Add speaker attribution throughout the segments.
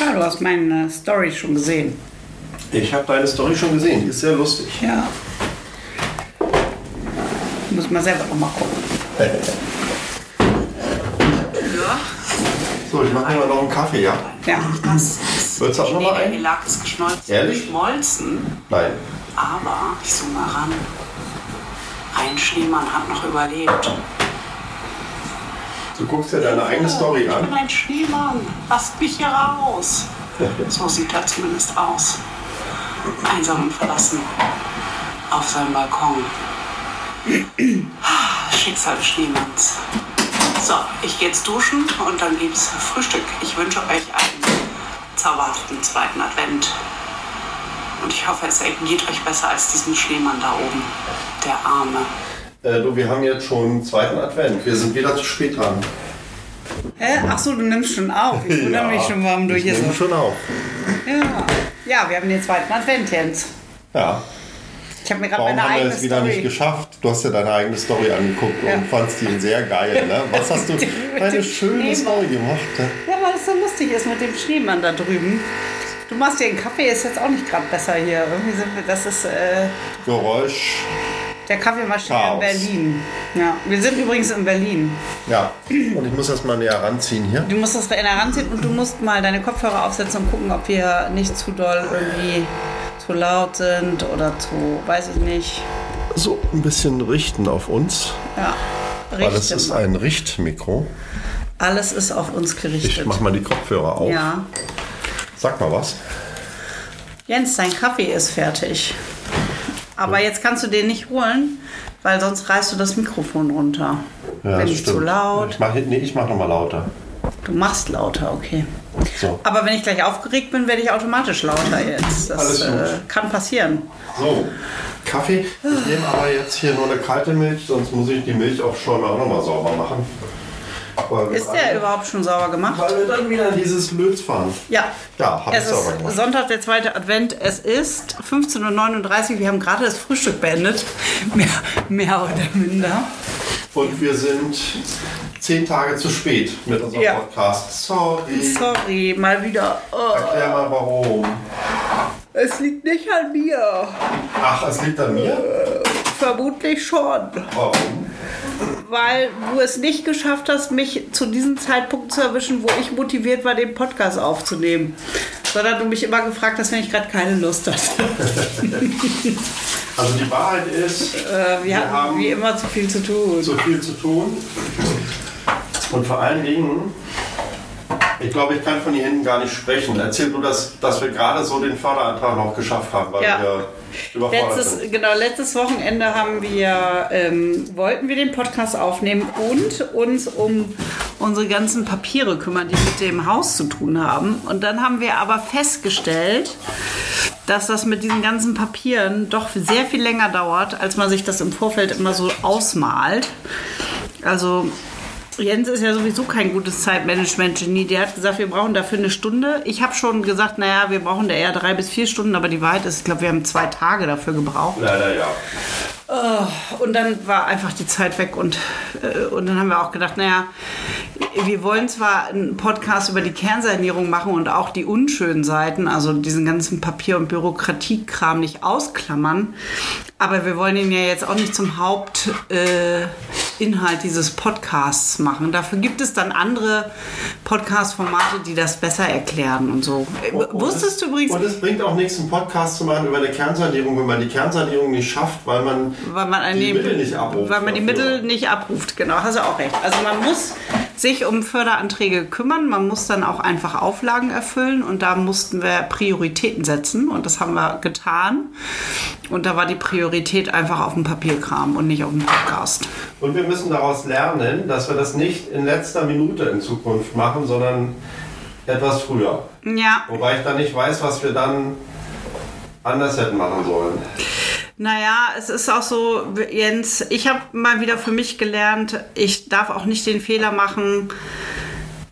Speaker 1: Ja, Ah, du hast meine Story schon gesehen.
Speaker 2: Ich habe deine Story schon gesehen, die ist sehr lustig.
Speaker 1: Ja. Muss man selber noch mal gucken.
Speaker 3: Ja,
Speaker 2: So, ich mache mir noch einen Kaffee, ja?
Speaker 1: Ja.
Speaker 3: das ist
Speaker 2: Würzt auch noch mal ein?
Speaker 3: der Lack ist geschmolzen.
Speaker 2: Ehrlich?
Speaker 3: Geschmolzen,
Speaker 2: Nein.
Speaker 3: aber ich zoome mal ran. Ein Schneemann hat noch überlebt.
Speaker 2: Du guckst dir deine eigene Story
Speaker 3: Ich
Speaker 2: an.
Speaker 3: bin ein Schneemann. Lasst mich hier raus. So sieht er zumindest aus. Einsam und verlassen. Auf seinem Balkon. Schicksal des Schneemanns. So, ich gehe jetzt duschen und dann gibt's Frühstück. Ich wünsche euch einen zauberhaften zweiten Advent. Und ich hoffe, es geht euch besser als diesem Schneemann da oben. Der Arme.
Speaker 2: Äh, du, wir haben jetzt schon zweiten Advent. Wir sind wieder zu spät dran.
Speaker 1: Hä? Ach so, du nimmst schon auf. Ich wundere mich schon, warum du
Speaker 2: ich
Speaker 1: hier
Speaker 2: nehme
Speaker 1: so.
Speaker 2: schon auf.
Speaker 1: Ja. ja, wir haben den zweiten Advent, Jens.
Speaker 2: Ja.
Speaker 1: Ich habe mir gerade
Speaker 2: Warum
Speaker 1: meine
Speaker 2: haben wir
Speaker 1: eigene
Speaker 2: es wieder
Speaker 1: Story.
Speaker 2: nicht geschafft? Du hast ja deine eigene Story angeguckt
Speaker 1: Ja.
Speaker 2: und fandst die sehr geil, ne? Was hast du
Speaker 1: Mit dem- mit
Speaker 2: eine
Speaker 1: dem
Speaker 2: schöne
Speaker 1: Schneemann.
Speaker 2: Story gemacht? Ne?
Speaker 1: Ja, weil es so lustig ist mit dem Schneemann da drüben. Du machst dir einen Kaffee, ist jetzt auch nicht gerade besser hier. Irgendwie sind wir, das ist äh,
Speaker 2: Geräusch.
Speaker 1: der Kaffeemaschine
Speaker 2: Chaos.
Speaker 1: in Berlin. Ja, wir sind übrigens in Berlin.
Speaker 2: Ja. Und ich muss das mal näher ranziehen hier.
Speaker 1: Du musst das in ranziehen und du musst mal deine Kopfhörer aufsetzen und gucken, ob wir nicht zu doll irgendwie zu laut sind oder zu, weiß ich nicht.
Speaker 2: So ein bisschen richten auf uns.
Speaker 1: Ja,
Speaker 2: Weil das ist
Speaker 1: richtig.
Speaker 2: ein Richtmikro.
Speaker 1: Alles ist auf uns
Speaker 2: Ich
Speaker 1: gerichtet.
Speaker 2: mach mal die Kopfhörer auf.
Speaker 1: Ja.
Speaker 2: Sag mal was.
Speaker 1: Jens, dein Kaffee ist fertig. Aber jetzt kannst du den nicht holen, weil sonst reißt du das Mikrofon runter.
Speaker 2: Ja,
Speaker 1: wenn
Speaker 2: das
Speaker 1: ich zu
Speaker 2: stimmt.
Speaker 1: laut.
Speaker 2: Ich mach, nee, ich mach nochmal lauter.
Speaker 1: Du machst lauter, okay.
Speaker 2: So.
Speaker 1: Aber wenn ich gleich aufgeregt bin, werde ich automatisch lauter jetzt.
Speaker 2: Alles
Speaker 1: Das
Speaker 2: gut.
Speaker 1: äh, kann passieren.
Speaker 2: So, Kaffee. Ich nehme aber jetzt hier nur eine kalte Milch, sonst muss ich die Milch auch schon mal auch nochmal sauber machen. Weil wir
Speaker 1: Ist
Speaker 2: dann-
Speaker 1: der überhaupt schon sauber gemacht?
Speaker 2: Weil wir dann wieder in dieses Lötz fahren.
Speaker 1: Ja.
Speaker 2: Ja, hab ich
Speaker 1: es
Speaker 2: sauber
Speaker 1: ist
Speaker 2: gemacht.
Speaker 1: Sonntag, der zweite Advent. Es ist 15.39 Uhr. Wir haben gerade das Frühstück beendet. Mehr, mehr oder minder.
Speaker 2: Und wir sind zehn Tage zu spät mit unserem
Speaker 1: Ja.
Speaker 2: Podcast. Sorry.
Speaker 1: Sorry, mal wieder. Oh,
Speaker 2: Erklär mal warum.
Speaker 1: es liegt nicht an mir.
Speaker 2: Ach, es liegt an mir?
Speaker 1: Vermutlich schon.
Speaker 2: Warum?
Speaker 1: weil du es nicht geschafft hast, mich zu diesem Zeitpunkt zu erwischen, wo ich motiviert war, den Podcast aufzunehmen. Sondern du mich immer gefragt hast, wenn ich gerade keine Lust hatte.
Speaker 2: Also die Wahrheit ist,
Speaker 1: Äh, wir
Speaker 2: Wir haben-
Speaker 1: hatten wie immer zu viel zu tun.
Speaker 2: so viel zu tun. Und vor allen Dingen, ich glaube, ich kann von hier hinten gar nicht sprechen. Erzähl du, dass, dass wir gerade so den Förderantrag noch geschafft haben, weil
Speaker 1: Ja.
Speaker 2: wir überfordert sind.
Speaker 1: Letztes, genau, letztes Wochenende haben wir, ähm, wollten wir den Podcast aufnehmen und uns um unsere ganzen Papiere kümmern, die mit dem Haus zu tun haben. Und dann haben wir aber festgestellt, dass das mit diesen ganzen Papieren doch sehr viel länger dauert, als man sich das im Vorfeld immer so ausmalt. Also Jens ist ja sowieso kein gutes Zeitmanagement-Genie. Der hat gesagt, wir brauchen dafür eine Stunde. Ich habe schon gesagt, naja, wir brauchen da eher drei bis vier Stunden, aber die Wahrheit ist, ich glaube, wir haben zwei Tage dafür gebraucht.
Speaker 2: Leider ja.
Speaker 1: Und dann war einfach die Zeit weg und, äh, und dann haben wir auch gedacht, naja, wir wollen zwar einen Podcast über die Kernsanierung machen und auch die unschönen Seiten, also diesen ganzen Papier- und Bürokratiekram nicht ausklammern, aber wir wollen ihn ja jetzt auch nicht zum Hauptinhalt äh, Inhalt dieses Podcasts machen. Dafür gibt es dann andere Podcast-Formate, die das besser erklären und so. Äh,
Speaker 2: Oh,
Speaker 1: Wusstest du übrigens,
Speaker 2: Und es bringt auch nichts, einen Podcast zu machen über eine Kernsanierung, wenn man die Kernsanierung nicht schafft, weil man
Speaker 1: weil man
Speaker 2: die
Speaker 1: die
Speaker 2: Mittel nicht abruft.
Speaker 1: Weil man die
Speaker 2: dafür.
Speaker 1: Mittel nicht abruft, genau, hast du auch recht. Also man muss sich um Förderanträge kümmern, man muss dann auch einfach Auflagen erfüllen und da mussten wir Prioritäten setzen und das haben wir getan. Und da war die Priorität einfach auf dem Papierkram und nicht auf dem Podcast.
Speaker 2: Und wir müssen daraus lernen, dass wir das nicht in letzter Minute in Zukunft machen, sondern etwas früher.
Speaker 1: Ja,
Speaker 2: Wobei ich dann nicht weiß, was wir dann anders hätten machen sollen.
Speaker 1: Naja, es ist auch so, Jens, ich habe mal wieder für mich gelernt, ich darf auch nicht den Fehler machen,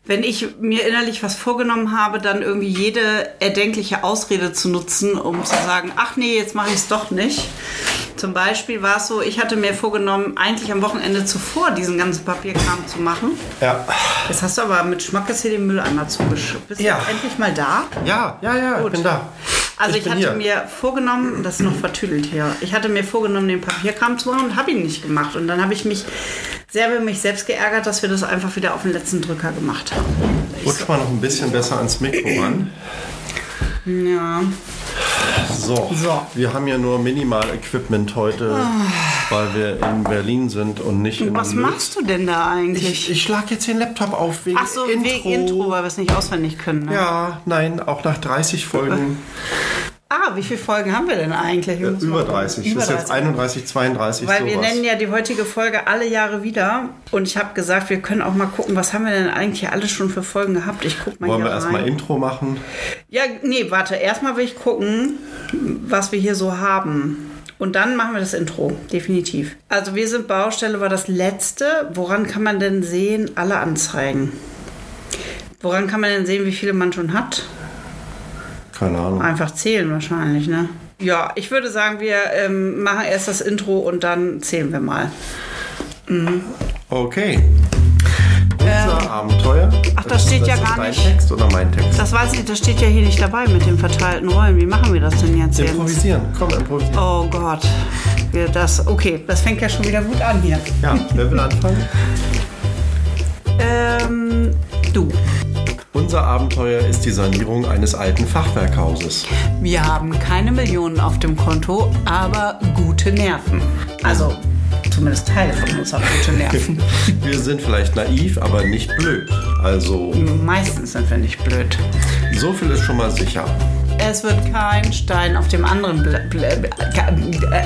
Speaker 1: wenn ich mir innerlich was vorgenommen habe, dann irgendwie jede erdenkliche Ausrede zu nutzen, um zu sagen, ach nee, jetzt mache ich es doch nicht. Zum Beispiel war es so, ich hatte mir vorgenommen, eigentlich am Wochenende zuvor diesen ganzen Papierkram zu machen.
Speaker 2: Ja.
Speaker 1: Jetzt hast du aber mit Schmackes hier den Mülleimer zugeschüttet. Bist
Speaker 2: Ja.
Speaker 1: du endlich mal da?
Speaker 2: Ja, ja, ja,
Speaker 1: Gut.
Speaker 2: ich bin da.
Speaker 1: Also
Speaker 2: Ich
Speaker 1: ich,
Speaker 2: bin
Speaker 1: hatte
Speaker 2: hier.
Speaker 1: mir vorgenommen, das ist noch vertüdelt hier, ich hatte mir vorgenommen, den Papierkram zu machen und habe ihn nicht gemacht. Und dann habe ich mich sehr über mich selbst geärgert, dass wir das einfach wieder auf den letzten Drücker gemacht haben.
Speaker 2: Rutsch mal noch ein bisschen besser ans Mikro ran.
Speaker 1: Ja.
Speaker 2: So,
Speaker 1: So.
Speaker 2: wir haben ja nur Minimal-Equipment heute, weil wir in Berlin sind und nicht in
Speaker 1: Was
Speaker 2: Lütz.
Speaker 1: machst du denn da
Speaker 2: Ich,
Speaker 1: eigentlich?
Speaker 2: Genau. ich schlag jetzt den Laptop auf wegen
Speaker 1: Ach so,
Speaker 2: Intro.
Speaker 1: wegen Intro, weil wir es nicht auswendig können. Ne?
Speaker 2: Ja, nein, auch nach 30 Folgen.
Speaker 1: Ah, wie viele Folgen haben wir denn eigentlich? Wir
Speaker 2: Äh,
Speaker 1: müssen
Speaker 2: über
Speaker 1: mal gucken.
Speaker 2: 30.
Speaker 1: Über
Speaker 2: Das ist jetzt
Speaker 1: 30.
Speaker 2: 31, 32,
Speaker 1: Weil
Speaker 2: sowas.
Speaker 1: wir nennen ja die heutige Folge alle Jahre wieder. Und ich habe gesagt, wir können auch mal gucken, was haben wir denn eigentlich alles schon für Folgen gehabt. Ich guck mal
Speaker 2: Wollen
Speaker 1: hier
Speaker 2: wir erstmal
Speaker 1: rein.
Speaker 2: Intro machen?
Speaker 1: Ja, nee, warte. Erstmal will ich gucken, was wir hier so haben. Und dann machen wir das Intro, definitiv. Also wir sind Baustelle war das letzte. Woran kann man denn sehen, alle Anzeigen? Woran kann man denn sehen, wie viele man schon hat?
Speaker 2: Keine Ahnung.
Speaker 1: Einfach zählen wahrscheinlich, ne? Ja, ich würde sagen, wir ähm, machen erst das Intro und dann zählen wir mal.
Speaker 2: Okay. Unser Abenteuer.
Speaker 1: Ähm. ach, das steht ja
Speaker 2: ist
Speaker 1: gar
Speaker 2: dein
Speaker 1: nicht.
Speaker 2: Text oder mein Text?
Speaker 1: Das weiß ich, das steht ja hier nicht dabei mit den verteilten Rollen. Wie machen wir das denn jetzt? Jens?
Speaker 2: Improvisieren. Komm, improvisieren.
Speaker 1: Oh Gott. Wir das, okay, das fängt ja schon wieder gut an hier.
Speaker 2: Ja, wer will anfangen?
Speaker 1: Ähm, du.
Speaker 2: Unser Abenteuer ist die Sanierung eines alten Fachwerkhauses.
Speaker 1: Wir haben keine Millionen auf dem Konto, aber gute Nerven. Also, zumindest Teile von uns haben gute Nerven.
Speaker 2: Wir sind vielleicht naiv, aber nicht blöd. Also,
Speaker 1: Meistens sind wir nicht blöd.
Speaker 2: so viel ist schon mal sicher.
Speaker 1: Es wird kein Stein auf dem anderen. Ble ble ble äh,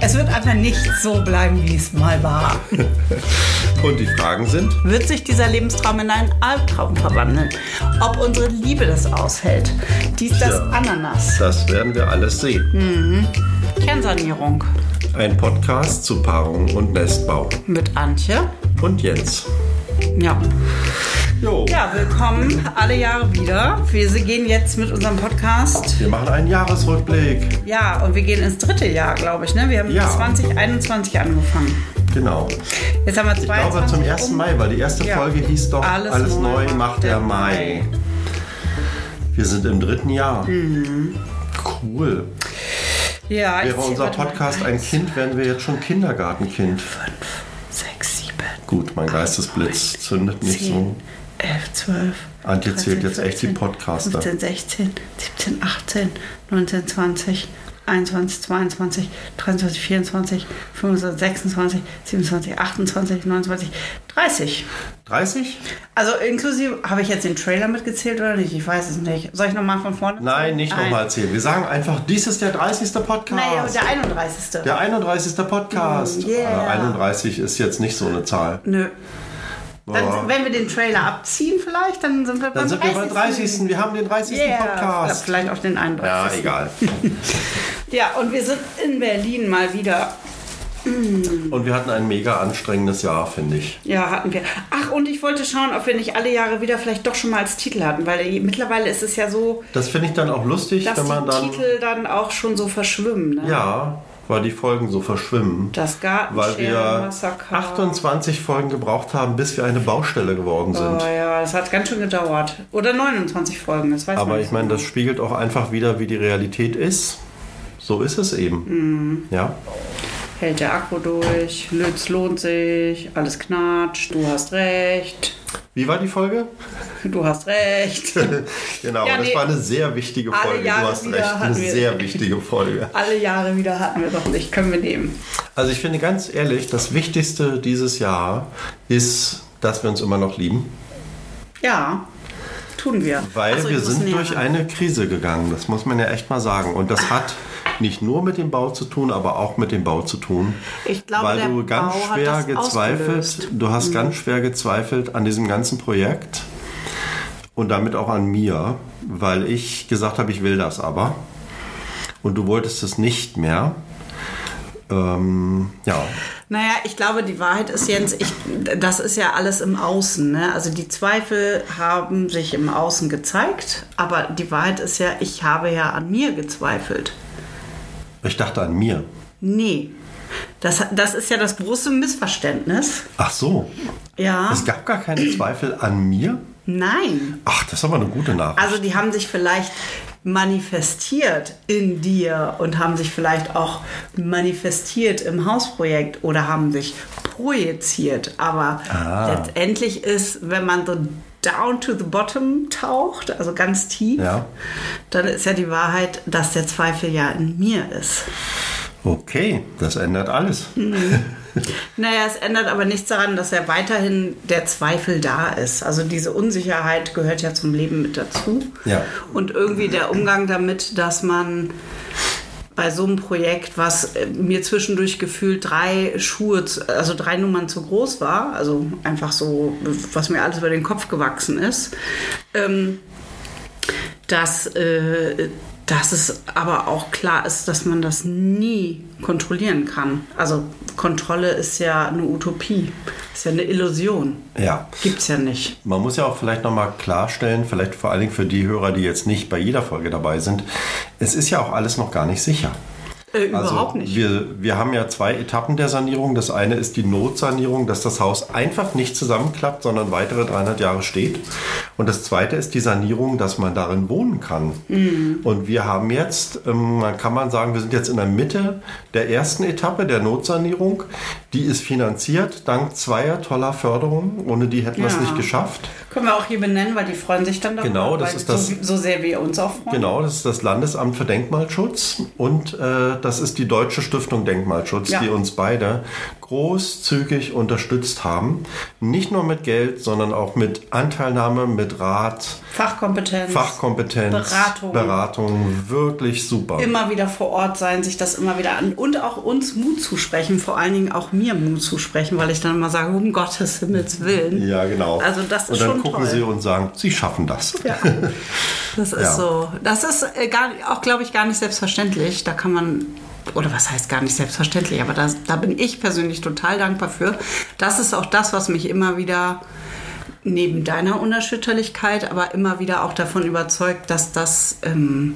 Speaker 1: es wird einfach nicht so bleiben, wie es mal war.
Speaker 2: Und die Fragen sind?
Speaker 1: Wird sich dieser Lebenstraum in einen Albtraum verwandeln? Ob unsere Liebe das aushält? Dies, das,
Speaker 2: Ja.
Speaker 1: Ananas.
Speaker 2: Das werden wir alles sehen.
Speaker 1: Kernsanierung
Speaker 2: Ein Podcast zu Paarung und Nestbau.
Speaker 1: mit Antje.
Speaker 2: Und Jens.
Speaker 1: Ja.
Speaker 2: Jo.
Speaker 1: Ja, willkommen alle Jahre wieder. Wir gehen jetzt mit unserem Podcast.
Speaker 2: Wir machen einen Jahresrückblick.
Speaker 1: Ja, und wir gehen ins dritte Jahr, glaube ich. Ne? Wir haben
Speaker 2: Ja.
Speaker 1: 2021 angefangen.
Speaker 2: Genau.
Speaker 1: Jetzt haben wir 22.
Speaker 2: Ich glaube zum 1.
Speaker 1: um.
Speaker 2: Mai, weil die erste
Speaker 1: Ja.
Speaker 2: Folge hieß doch Alles, neu macht der Mai. Wir sind im dritten Jahr. Mhm. Cool.
Speaker 1: Ja,
Speaker 2: Wäre
Speaker 1: zieh-
Speaker 2: unser
Speaker 1: warte mal.
Speaker 2: Podcast ein Kind, wären wir jetzt schon Kindergartenkind.
Speaker 1: Sechs, sieben,
Speaker 2: Gut, mein Geistesblitz zündet nicht so.
Speaker 1: zehn, elf, zwölf.
Speaker 2: Antje zählt
Speaker 1: 13,
Speaker 2: jetzt echt die
Speaker 1: 14,
Speaker 2: Podcaster.
Speaker 1: 15, 16, 17, 18, 19, 20, 21, 22, 23, 24, 25, 26, 27, 28, 29, 30.
Speaker 2: 30?
Speaker 1: Also inklusive, habe ich jetzt den Trailer mitgezählt oder nicht? Ich weiß es nicht. Soll ich nochmal von vorne?
Speaker 2: Nein, nicht nochmal zählen. Wir sagen einfach, dies ist der 30. Podcast.
Speaker 1: Naja, der 31.
Speaker 2: der 31. Podcast.
Speaker 1: Mm, yeah.
Speaker 2: Äh, 31 ist jetzt nicht so eine Zahl.
Speaker 1: Nö.
Speaker 2: Boah.
Speaker 1: Dann, wenn wir den Trailer abziehen vielleicht, dann sind wir beim
Speaker 2: Dann sind wir beim 30. Wir haben den 30.
Speaker 1: Yeah. Oder
Speaker 2: Podcast.
Speaker 1: Vielleicht auch den 31.
Speaker 2: Ja, egal.
Speaker 1: Ja, und wir sind in Berlin mal wieder.
Speaker 2: Und wir hatten ein mega anstrengendes Jahr, finde ich.
Speaker 1: Ja, hatten wir. Ach, und ich wollte schauen, ob wir nicht alle Jahre wieder vielleicht doch schon mal als Titel hatten, weil mittlerweile ist es ja so,
Speaker 2: Das finde ich dann auch lustig,
Speaker 1: dass
Speaker 2: wenn man
Speaker 1: die
Speaker 2: dann.
Speaker 1: Titel dann auch schon so verschwimmen. Ne?
Speaker 2: Ja, weil die Folgen so verschwimmen.
Speaker 1: Das
Speaker 2: weil wir
Speaker 1: Gartenschere-Massaker.
Speaker 2: 28 Folgen gebraucht haben, bis wir eine Baustelle geworden sind.
Speaker 1: Oh ja, das hat ganz schön gedauert. Oder 29 Folgen, das weiß man
Speaker 2: Aber
Speaker 1: nicht
Speaker 2: ich meine, das spiegelt auch einfach wieder, wie die Realität ist. So ist es eben.
Speaker 1: Mhm.
Speaker 2: Ja.
Speaker 1: genau. Hält der Akku durch, Lütz lohnt sich, alles knatscht, du hast recht,
Speaker 2: Wie war die Folge?
Speaker 1: du hast recht.
Speaker 2: Genau,
Speaker 1: Ja, nee.
Speaker 2: das war eine sehr wichtige
Speaker 1: Alle
Speaker 2: Folge. Du
Speaker 1: Jahre
Speaker 2: hast
Speaker 1: wieder
Speaker 2: recht, eine
Speaker 1: hatten wir-
Speaker 2: sehr wichtige Folge.
Speaker 1: alle Jahre wieder hatten wir doch nicht, können wir nehmen.
Speaker 2: Also ich finde ganz ehrlich, das Wichtigste dieses Jahr ist, dass wir uns immer noch lieben.
Speaker 1: Ja, tun wir.
Speaker 2: Weil
Speaker 1: Ach so, ich
Speaker 2: wir
Speaker 1: muss
Speaker 2: sind
Speaker 1: näher
Speaker 2: durch
Speaker 1: ran.
Speaker 2: eine Krise gegangen, das muss man ja echt mal sagen. Und das hat nicht nur mit dem Bau zu tun, aber auch mit dem Bau zu tun.
Speaker 1: Ich glaube,
Speaker 2: weil
Speaker 1: der
Speaker 2: du ganz
Speaker 1: Bau hat
Speaker 2: schwer
Speaker 1: das
Speaker 2: gezweifelt,
Speaker 1: ausgelöst. Mhm.
Speaker 2: du hast ganz schwer gezweifelt an diesem ganzen Projekt und damit auch an mir, weil ich gesagt habe, ich will das aber. Und du wolltest es nicht mehr. Ähm, ja.
Speaker 1: Naja, ich glaube, die Wahrheit ist, Jens, ich, das ist ja alles im Außen. Ne? Also die Zweifel haben sich im Außen gezeigt, aber die Wahrheit ist ja, ich habe ja an mir gezweifelt.
Speaker 2: Ich dachte an mir.
Speaker 1: Nee. Das, das ist ja das große Missverständnis.
Speaker 2: Ach so.
Speaker 1: Ja.
Speaker 2: Es gab gar keine Zweifel an mir?
Speaker 1: Nein.
Speaker 2: Ach, das ist aber eine gute Nachricht.
Speaker 1: Also die haben sich vielleicht manifestiert in dir und haben sich vielleicht auch manifestiert im Hausprojekt oder haben sich projiziert. Aber
Speaker 2: Ah.
Speaker 1: letztendlich ist, wenn man so down to the bottom taucht, also ganz tief,
Speaker 2: Ja.
Speaker 1: dann ist ja die Wahrheit, dass der Zweifel ja in mir ist.
Speaker 2: Okay, das ändert alles.
Speaker 1: Naja, es ändert aber nichts daran, dass ja weiterhin der Zweifel da ist. Also diese Unsicherheit gehört ja zum Leben mit dazu.
Speaker 2: Ja.
Speaker 1: Und irgendwie der Umgang damit, dass man bei so einem Projekt, was äh, mir zwischendurch gefühlt drei Schuhe, zu- also drei Nummern zu groß war, also einfach so, was mir alles über den Kopf gewachsen ist, ähm, dass, äh, dass es aber auch klar ist, dass man das nie kontrollieren kann. Also Kontrolle ist ja eine Utopie, ist ja eine Illusion.
Speaker 2: Ja.
Speaker 1: Gibt's ja nicht.
Speaker 2: Man muss ja auch vielleicht nochmal klarstellen, vielleicht vor allen Dingen für die Hörer, die jetzt nicht bei jeder Folge dabei sind, es ist ja auch alles noch gar nicht sicher.
Speaker 1: Äh, überhaupt nicht.
Speaker 2: Also Wir, wir haben ja zwei Etappen der Sanierung. Das eine ist die Notsanierung, dass das Haus einfach nicht zusammenklappt, sondern weitere 300 Jahre steht. Und das zweite ist die Sanierung, dass man darin wohnen kann.
Speaker 1: Mhm.
Speaker 2: Und wir haben jetzt, ähm, man kann man sagen, wir sind jetzt in der Mitte der ersten Etappe der Notsanierung. Die ist finanziert dank zweier toller Förderungen. Ohne die hätten wir es
Speaker 1: Ja.
Speaker 2: nicht geschafft.
Speaker 1: Können wir auch hier benennen, weil die freuen sich dann darüber.
Speaker 2: Genau, das
Speaker 1: weil
Speaker 2: ist das-
Speaker 1: So, so sehr wir uns auch freuen.
Speaker 2: Genau, das ist das Landesamt für Denkmalschutz und äh, das ist die Deutsche Stiftung Denkmalschutz,
Speaker 1: Ja.
Speaker 2: die uns beide großzügig unterstützt haben. Nicht nur mit Geld, sondern auch mit Anteilnahme, mit Rat,
Speaker 1: Fachkompetenz.
Speaker 2: Fachkompetenz,
Speaker 1: Beratung.
Speaker 2: Beratung wirklich super.
Speaker 1: Immer wieder vor Ort sein, sich das immer wieder an. Und auch uns Mut zusprechen, vor allen Dingen auch mir Mut zusprechen, weil ich dann immer sage, um Gottes Himmels Willen.
Speaker 2: Ja, genau.
Speaker 1: Also das ist
Speaker 2: und dann
Speaker 1: schon
Speaker 2: gucken
Speaker 1: toll.
Speaker 2: sie und sagen, sie schaffen das.
Speaker 1: Ja. Das ist
Speaker 2: Ja.
Speaker 1: so. Das ist äh, gar, auch, glaube ich, gar nicht selbstverständlich. Da kann man, oder was heißt gar nicht selbstverständlich, aber das, da bin ich persönlich total dankbar für. Das ist auch das, was mich immer wieder neben deiner Unerschütterlichkeit, aber immer wieder auch davon überzeugt, dass das ähm,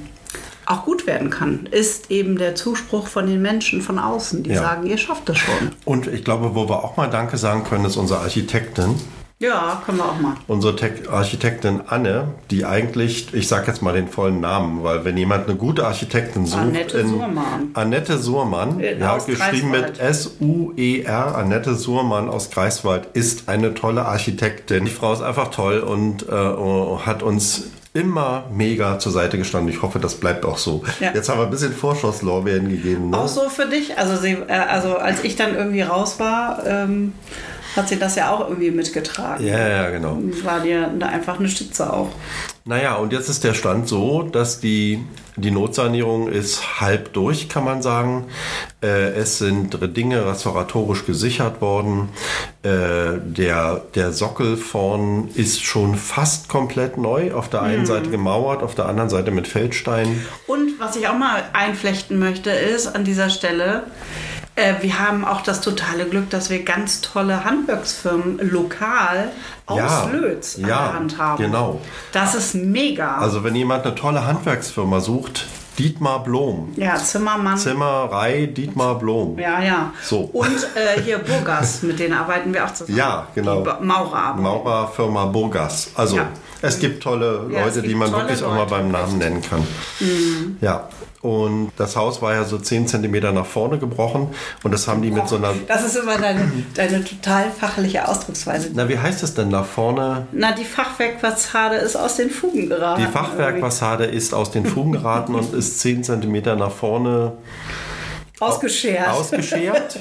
Speaker 1: auch gut werden kann, ist eben der Zuspruch von den Menschen von außen, die
Speaker 2: Ja.
Speaker 1: sagen, ihr schafft das schon.
Speaker 2: Und ich glaube, wo wir auch mal Danke sagen können, ist unsere Architektin.
Speaker 1: Ja, können wir auch mal.
Speaker 2: unsere Tech Architektin Anne, die eigentlich, ich sag jetzt mal den vollen Namen, weil wenn jemand eine gute Architektin sucht,
Speaker 1: Annette Suhrmann.
Speaker 2: Annette Surmann,
Speaker 1: In-
Speaker 2: ja,
Speaker 1: aus
Speaker 2: geschrieben
Speaker 1: Greifswald.
Speaker 2: mit S-U-E-R, Annette Surmann aus Greifswald ist eine tolle Architektin. Die Frau ist einfach toll und äh, oh, hat uns immer mega zur Seite gestanden. Ich hoffe, das bleibt auch so.
Speaker 1: Ja.
Speaker 2: Jetzt haben wir ein bisschen Vorschusslorbeeren gegeben. Ne?
Speaker 1: Auch so für dich? Also, sie, äh, also als ich dann irgendwie raus war, ähm, hat sie das ja auch irgendwie mitgetragen.
Speaker 2: Ja, ja, genau.
Speaker 1: War dir da einfach eine Stütze auch.
Speaker 2: Naja, und jetzt ist der Stand so, dass die, die Notsanierung ist halb durch, kann man sagen. Äh, es sind Dinge restauratorisch gesichert worden. Äh, der, der Sockel vorn ist schon fast komplett neu. Auf der
Speaker 1: Mhm.
Speaker 2: einen Seite gemauert, auf der anderen Seite mit Feldstein.
Speaker 1: Und was ich auch mal einflechten möchte, ist an dieser Stelle, äh, wir haben auch das totale Glück, dass wir ganz tolle Handwerksfirmen lokal
Speaker 2: Ja,
Speaker 1: aus Lötz an
Speaker 2: ja,
Speaker 1: der Hand haben.
Speaker 2: genau.
Speaker 1: Das ist mega.
Speaker 2: Also wenn jemand eine tolle Handwerksfirma sucht, Dietmar Blom.
Speaker 1: ja, Zimmermann.
Speaker 2: Zimmerei Dietmar Blom.
Speaker 1: ja, ja.
Speaker 2: So.
Speaker 1: Und äh, hier Burgas, mit denen arbeiten wir auch zusammen.
Speaker 2: Ja, genau.
Speaker 1: Die Ba- Maurer.
Speaker 2: Maurerfirma Burgas. Also
Speaker 1: Ja.
Speaker 2: es gibt tolle
Speaker 1: Ja, es
Speaker 2: Leute,
Speaker 1: gibt
Speaker 2: die man
Speaker 1: tolle
Speaker 2: wirklich auch mal
Speaker 1: Leute. Mhm.
Speaker 2: beim Namen nennen kann. Ja. Und das Haus war ja so 10 cm nach vorne gebrochen und das haben die mit so einer.
Speaker 1: Das ist immer deine, deine total fachliche Ausdrucksweise.
Speaker 2: Na, wie heißt es denn nach vorne?
Speaker 1: Na, die Fachwerkfassade ist aus den Fugen geraten.
Speaker 2: Die Fachwerkfassade
Speaker 1: äh,
Speaker 2: ist aus den Fugen geraten und ist 10 cm nach vorne
Speaker 1: irgendwie. Ausgeschert.
Speaker 2: ausgeschert.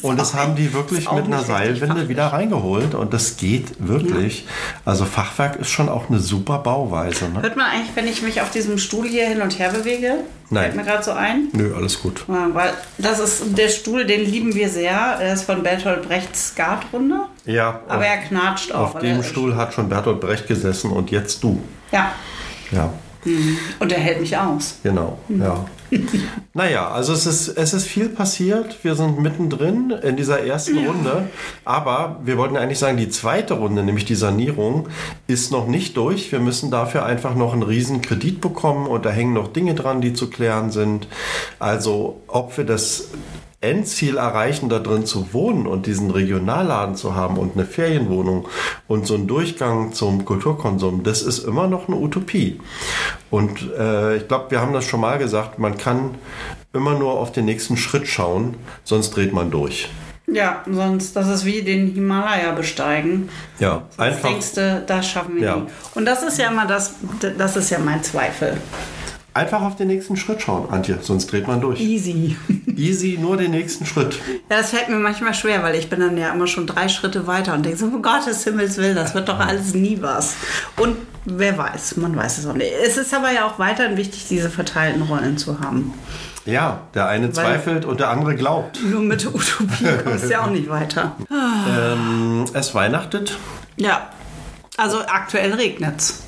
Speaker 2: und das haben die wirklich
Speaker 1: ist auch
Speaker 2: mit einer
Speaker 1: nicht richtig
Speaker 2: Seilwinde wieder reingeholt und das geht wirklich. Also Fachwerk ist schon auch eine super Bauweise. Ne?
Speaker 1: Hört man eigentlich, wenn ich mich auf diesem Stuhl hier hin und her bewege?
Speaker 2: Nein.
Speaker 1: Fällt mir gerade so ein.
Speaker 2: Nö, alles gut.
Speaker 1: Ja, Weil das ist der Stuhl, den lieben wir sehr. Er ist von Bertolt Brechts Skatrunde.
Speaker 2: Ja.
Speaker 1: Aber er knatscht auch.
Speaker 2: Auf
Speaker 1: Oh, weil
Speaker 2: dem
Speaker 1: er-
Speaker 2: Stuhl hat schon Bertolt Brecht gesessen und jetzt du.
Speaker 1: Ja.
Speaker 2: Ja,
Speaker 1: Und er hält mich aus.
Speaker 2: genau. Ja. Naja, also es ist, es ist viel passiert. Wir sind mittendrin in dieser ersten Runde. Aber wir wollten eigentlich sagen, die zweite Runde, nämlich die Sanierung, ist noch nicht durch. Wir müssen dafür einfach noch einen riesen Kredit bekommen und da hängen noch Dinge dran, die zu klären sind. Also ob wir das Endziel erreichen, da drin zu wohnen und diesen Regionalladen zu haben und eine Ferienwohnung und so einen Durchgang zum Kulturkonsum, das ist immer noch eine Utopie. Und äh, ich glaube, wir haben das schon mal gesagt, man kann immer nur auf den nächsten Schritt schauen, sonst dreht man durch.
Speaker 1: Ja, sonst, das ist wie den Himalaya besteigen.
Speaker 2: Ja,
Speaker 1: Das
Speaker 2: einfach,
Speaker 1: denkst du, das schaffen wir
Speaker 2: Ja.
Speaker 1: nie. Und das ist ja immer das, das ist ja mein Zweifel.
Speaker 2: einfach auf den nächsten Schritt schauen, Antje, sonst dreht man durch.
Speaker 1: Easy.
Speaker 2: Easy, nur den nächsten Schritt.
Speaker 1: Ja, das fällt mir manchmal schwer, weil ich bin dann ja immer schon drei Schritte weiter und denke so, um Gottes Himmels Willen, das wird doch alles nie was. Und wer weiß, man weiß es auch nicht. Es ist aber ja auch weiterhin wichtig, diese verteilten Rollen zu haben.
Speaker 2: Ja, der eine zweifelt und der andere glaubt.
Speaker 1: Nur mit Utopie kommst du ja auch nicht weiter.
Speaker 2: Ähm, es weihnachtet.
Speaker 1: Ja, also aktuell regnet's.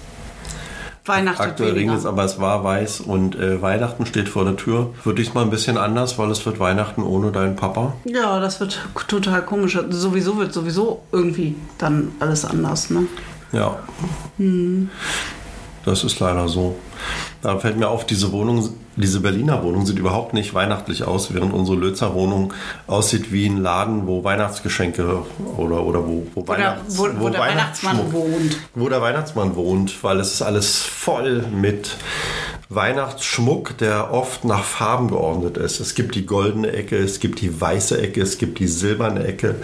Speaker 1: Weihnachten
Speaker 2: Aktuell regnet es,
Speaker 1: weniger.
Speaker 2: aber es war weiß und äh, Weihnachten steht vor der Tür. Wird diesmal ein bisschen anders, weil es wird Weihnachten ohne deinen Papa.
Speaker 1: Ja, das wird total komisch. Sowieso wird sowieso irgendwie dann alles anders, ne?
Speaker 2: Ja. Das ist leider so. Da fällt mir auf, diese Wohnung, diese Berliner Wohnung sieht überhaupt nicht weihnachtlich aus, während unsere Lözer Wohnung aussieht wie ein Laden, wo Weihnachtsgeschenke oder, oder wo, wo,
Speaker 1: Oder
Speaker 2: Weihnachts,
Speaker 1: wo, wo, der Weihnachtsmann
Speaker 2: Weihnachtsschmuck-
Speaker 1: wohnt.
Speaker 2: wo der Weihnachtsmann wohnt, weil es ist alles voll mit Weihnachtsschmuck, der oft nach Farben geordnet ist. Es gibt die goldene Ecke, es gibt die weiße Ecke, es gibt die silberne Ecke,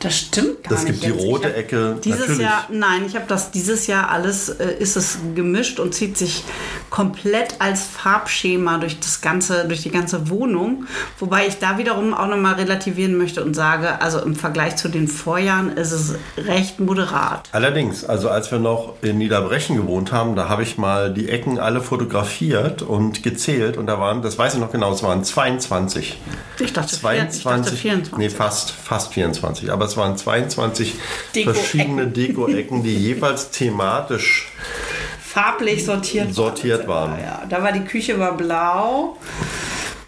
Speaker 1: Das stimmt gar
Speaker 2: es
Speaker 1: nicht.
Speaker 2: gibt die
Speaker 1: jetzt. Ich
Speaker 2: rote
Speaker 1: hab
Speaker 2: Ecke.
Speaker 1: Dieses Jahr, nein, ich habe das dieses Jahr alles, äh, ist es gemischt und zieht sich komplett als Farbschema durch das ganze, durch die ganze Wohnung. Wobei ich da wiederum auch nochmal relativieren möchte und sage, also im Vergleich zu den Vorjahren ist es recht moderat.
Speaker 2: Allerdings, also als wir noch in Niederbrechen gewohnt haben, da habe ich mal die Ecken alle fotografiert und gezählt und da waren, das weiß ich noch genau, es waren 22.
Speaker 1: Ich dachte, vier- ich dachte
Speaker 2: 22,
Speaker 1: 24.
Speaker 2: nee, fast, fast 24, aber es waren 22
Speaker 1: Deko-Ecken.
Speaker 2: verschiedene Deko-Ecken, die jeweils thematisch
Speaker 1: Farblich sortiert.
Speaker 2: Sortiert
Speaker 1: waren.
Speaker 2: waren.
Speaker 1: Ja, da war die Küche war blau.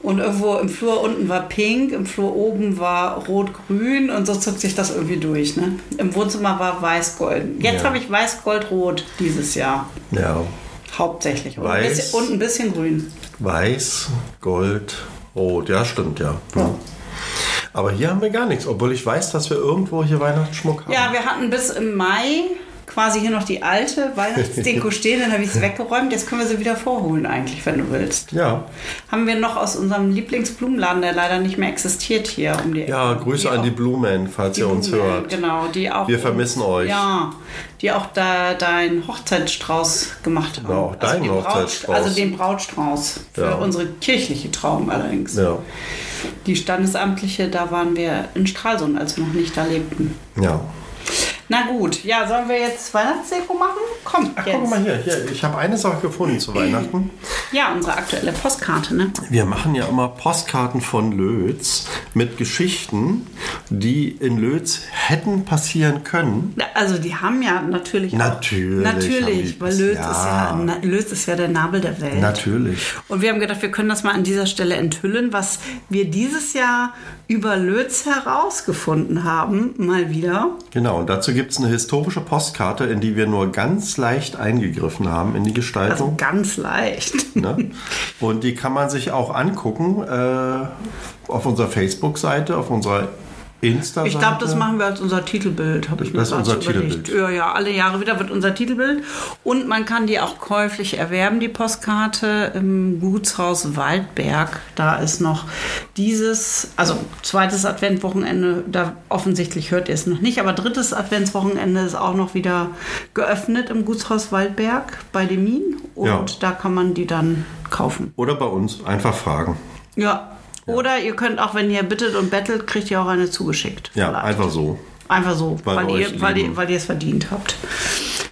Speaker 1: Und irgendwo im Flur unten war pink, im Flur oben war rot-grün und so zog sich das irgendwie durch. Ne? Im Wohnzimmer war weiß-gold. Jetzt
Speaker 2: Ja.
Speaker 1: habe ich weiß-gold-rot dieses Jahr.
Speaker 2: ja,
Speaker 1: Hauptsächlich. Und, Ein,
Speaker 2: Weiß.
Speaker 1: bisschen, und ein bisschen grün.
Speaker 2: weiß, gold, rot. Ja, stimmt, ja.
Speaker 1: Ja.
Speaker 2: Aber hier haben wir gar nichts, obwohl ich weiß, dass wir irgendwo hier Weihnachtsschmuck haben.
Speaker 1: Ja, wir hatten bis im Mai quasi hier noch die alte Weihnachtsdeko stehen, dann habe ich es weggeräumt. Jetzt können wir sie wieder vorholen eigentlich, wenn du willst.
Speaker 2: ja.
Speaker 1: Haben wir noch aus unserem Lieblingsblumenladen, der leider nicht mehr existiert hier um die
Speaker 2: Ja,
Speaker 1: Ecke.
Speaker 2: Grüße
Speaker 1: Die
Speaker 2: an die
Speaker 1: auch-
Speaker 2: Blue Man, falls ihr uns
Speaker 1: Blumen,
Speaker 2: hört.
Speaker 1: Genau, die auch.
Speaker 2: Wir vermissen euch.
Speaker 1: Ja, die auch da deinen Hochzeitsstrauß gemacht haben.
Speaker 2: Ja, Genau, auch deinen
Speaker 1: den Braut-
Speaker 2: Hochzeitsstrauß.
Speaker 1: Also den Brautstrauß. Für
Speaker 2: Ja.
Speaker 1: unsere kirchliche Trauung allerdings.
Speaker 2: Ja.
Speaker 1: Die standesamtliche, da waren wir in Stralsund, als wir noch nicht da lebten.
Speaker 2: Ja.
Speaker 1: Na gut, ja, sollen wir jetzt Weihnachtsdeko machen? Komm,
Speaker 2: Ach,
Speaker 1: jetzt.
Speaker 2: guck mal hier, hier ich habe eine Sache gefunden zu Weihnachten.
Speaker 1: Ja, unsere aktuelle Postkarte, ne?
Speaker 2: Wir machen ja immer Postkarten von Lötz mit Geschichten, die in Lötz hätten passieren können.
Speaker 1: Na, Also die haben ja natürlich auch-
Speaker 2: Natürlich haben
Speaker 1: natürlich,
Speaker 2: die-
Speaker 1: weil Lötz,
Speaker 2: ja.
Speaker 1: Ist ja, na, Lötz ist ja der Nabel der Welt.
Speaker 2: Natürlich.
Speaker 1: Und wir haben gedacht, wir können das mal an dieser Stelle enthüllen, was wir dieses Jahr über Lötz herausgefunden haben, mal wieder.
Speaker 2: Genau, und dazu gibt es eine historische Postkarte, in die wir nur ganz leicht eingegriffen haben in die
Speaker 1: Also
Speaker 2: Gestaltung.
Speaker 1: ganz leicht.
Speaker 2: ne? Und die kann man sich auch angucken äh, auf unserer Facebook-Seite, auf unserer Insta-Seite.
Speaker 1: Ich glaube, das machen wir als unser Titelbild, habe ich mir
Speaker 2: Das ist
Speaker 1: gerade
Speaker 2: unser
Speaker 1: so überlegt.
Speaker 2: Titelbild.
Speaker 1: Ja, ja, alle Jahre wieder wird unser Titelbild. Und man kann die auch käuflich erwerben, die Postkarte im Gutshaus Waldberg. Da ist noch dieses, also zweites Adventwochenende, da offensichtlich hört ihr es noch nicht, aber drittes Adventswochenende ist auch noch wieder geöffnet im Gutshaus Waldberg bei Demin. Und
Speaker 2: Ja.
Speaker 1: da kann man die dann kaufen.
Speaker 2: Oder bei uns einfach fragen.
Speaker 1: Ja. Oder ihr könnt auch, wenn ihr bittet und bettelt, kriegt ihr auch eine zugeschickt.
Speaker 2: Ja,
Speaker 1: Vielleicht.
Speaker 2: einfach so.
Speaker 1: Einfach so,
Speaker 2: Weil
Speaker 1: weil,
Speaker 2: euch
Speaker 1: ihr, weil,
Speaker 2: lieben.
Speaker 1: ihr, weil ihr es verdient habt.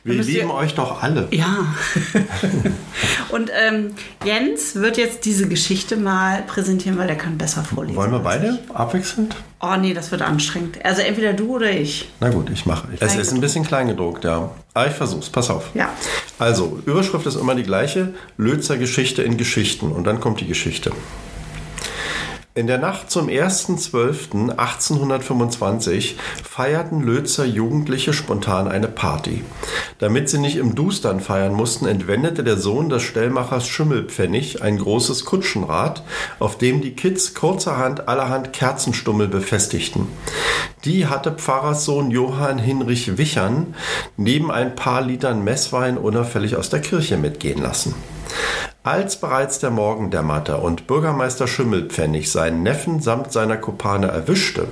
Speaker 2: Wir
Speaker 1: müsst ihr-
Speaker 2: lieben euch doch alle.
Speaker 1: Ja. Und ähm, Jens wird jetzt diese Geschichte mal präsentieren, weil der kann besser vorlesen.
Speaker 2: Wollen wir
Speaker 1: als
Speaker 2: beide abwechselnd?
Speaker 1: ich. Oh nee, das wird anstrengend. Also entweder du oder ich.
Speaker 2: Na gut, ich mache. Es ist ein bisschen kleingedruckt, ja. Aber ich versuch's, pass auf.
Speaker 1: Ja.
Speaker 2: Also, Überschrift ist immer die gleiche: Lözer Geschichte in Geschichten. Und dann kommt die Geschichte. In der Nacht zum 1.12.1825 feierten Lözer Jugendliche spontan eine Party. Damit sie nicht im Dustern feiern mussten, entwendete der Sohn des Stellmachers Schimmelpfennig ein großes Kutschenrad, auf dem die Kids kurzerhand allerhand Kerzenstummel befestigten. Die hatte Pfarrerssohn Johann Hinrich Wichern neben ein paar Litern Messwein unauffällig aus der Kirche mitgehen lassen. Als bereits der Morgen dämmerte und Bürgermeister Schimmelpfennig seinen Neffen samt seiner Kopane erwischte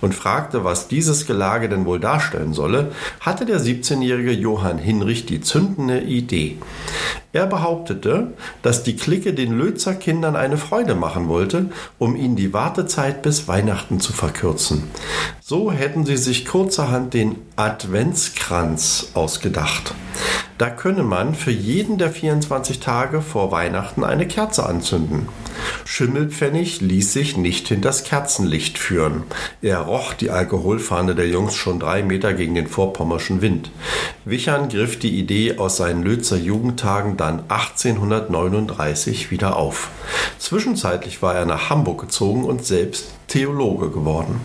Speaker 2: und fragte, was dieses Gelage denn wohl darstellen solle, hatte der 17-jährige Johann Hinrich die zündende Idee. Er behauptete, dass die Clique den Lötzer Kindern eine Freude machen wollte, um ihnen die Wartezeit bis Weihnachten zu verkürzen. So hätten sie sich kurzerhand den Adventskranz ausgedacht. Da könne man für jeden der 24 Tage vor Weihnachten eine Kerze anzünden. Schimmelpfennig ließ sich nicht hinters Kerzenlicht führen. Er roch die Alkoholfahne der Jungs schon drei Meter gegen den vorpommerschen Wind. Wichern griff die Idee aus seinen Lötzer Jugendtagen dann 1839 wieder auf. Zwischenzeitlich war er nach Hamburg gezogen und selbst Theologe geworden.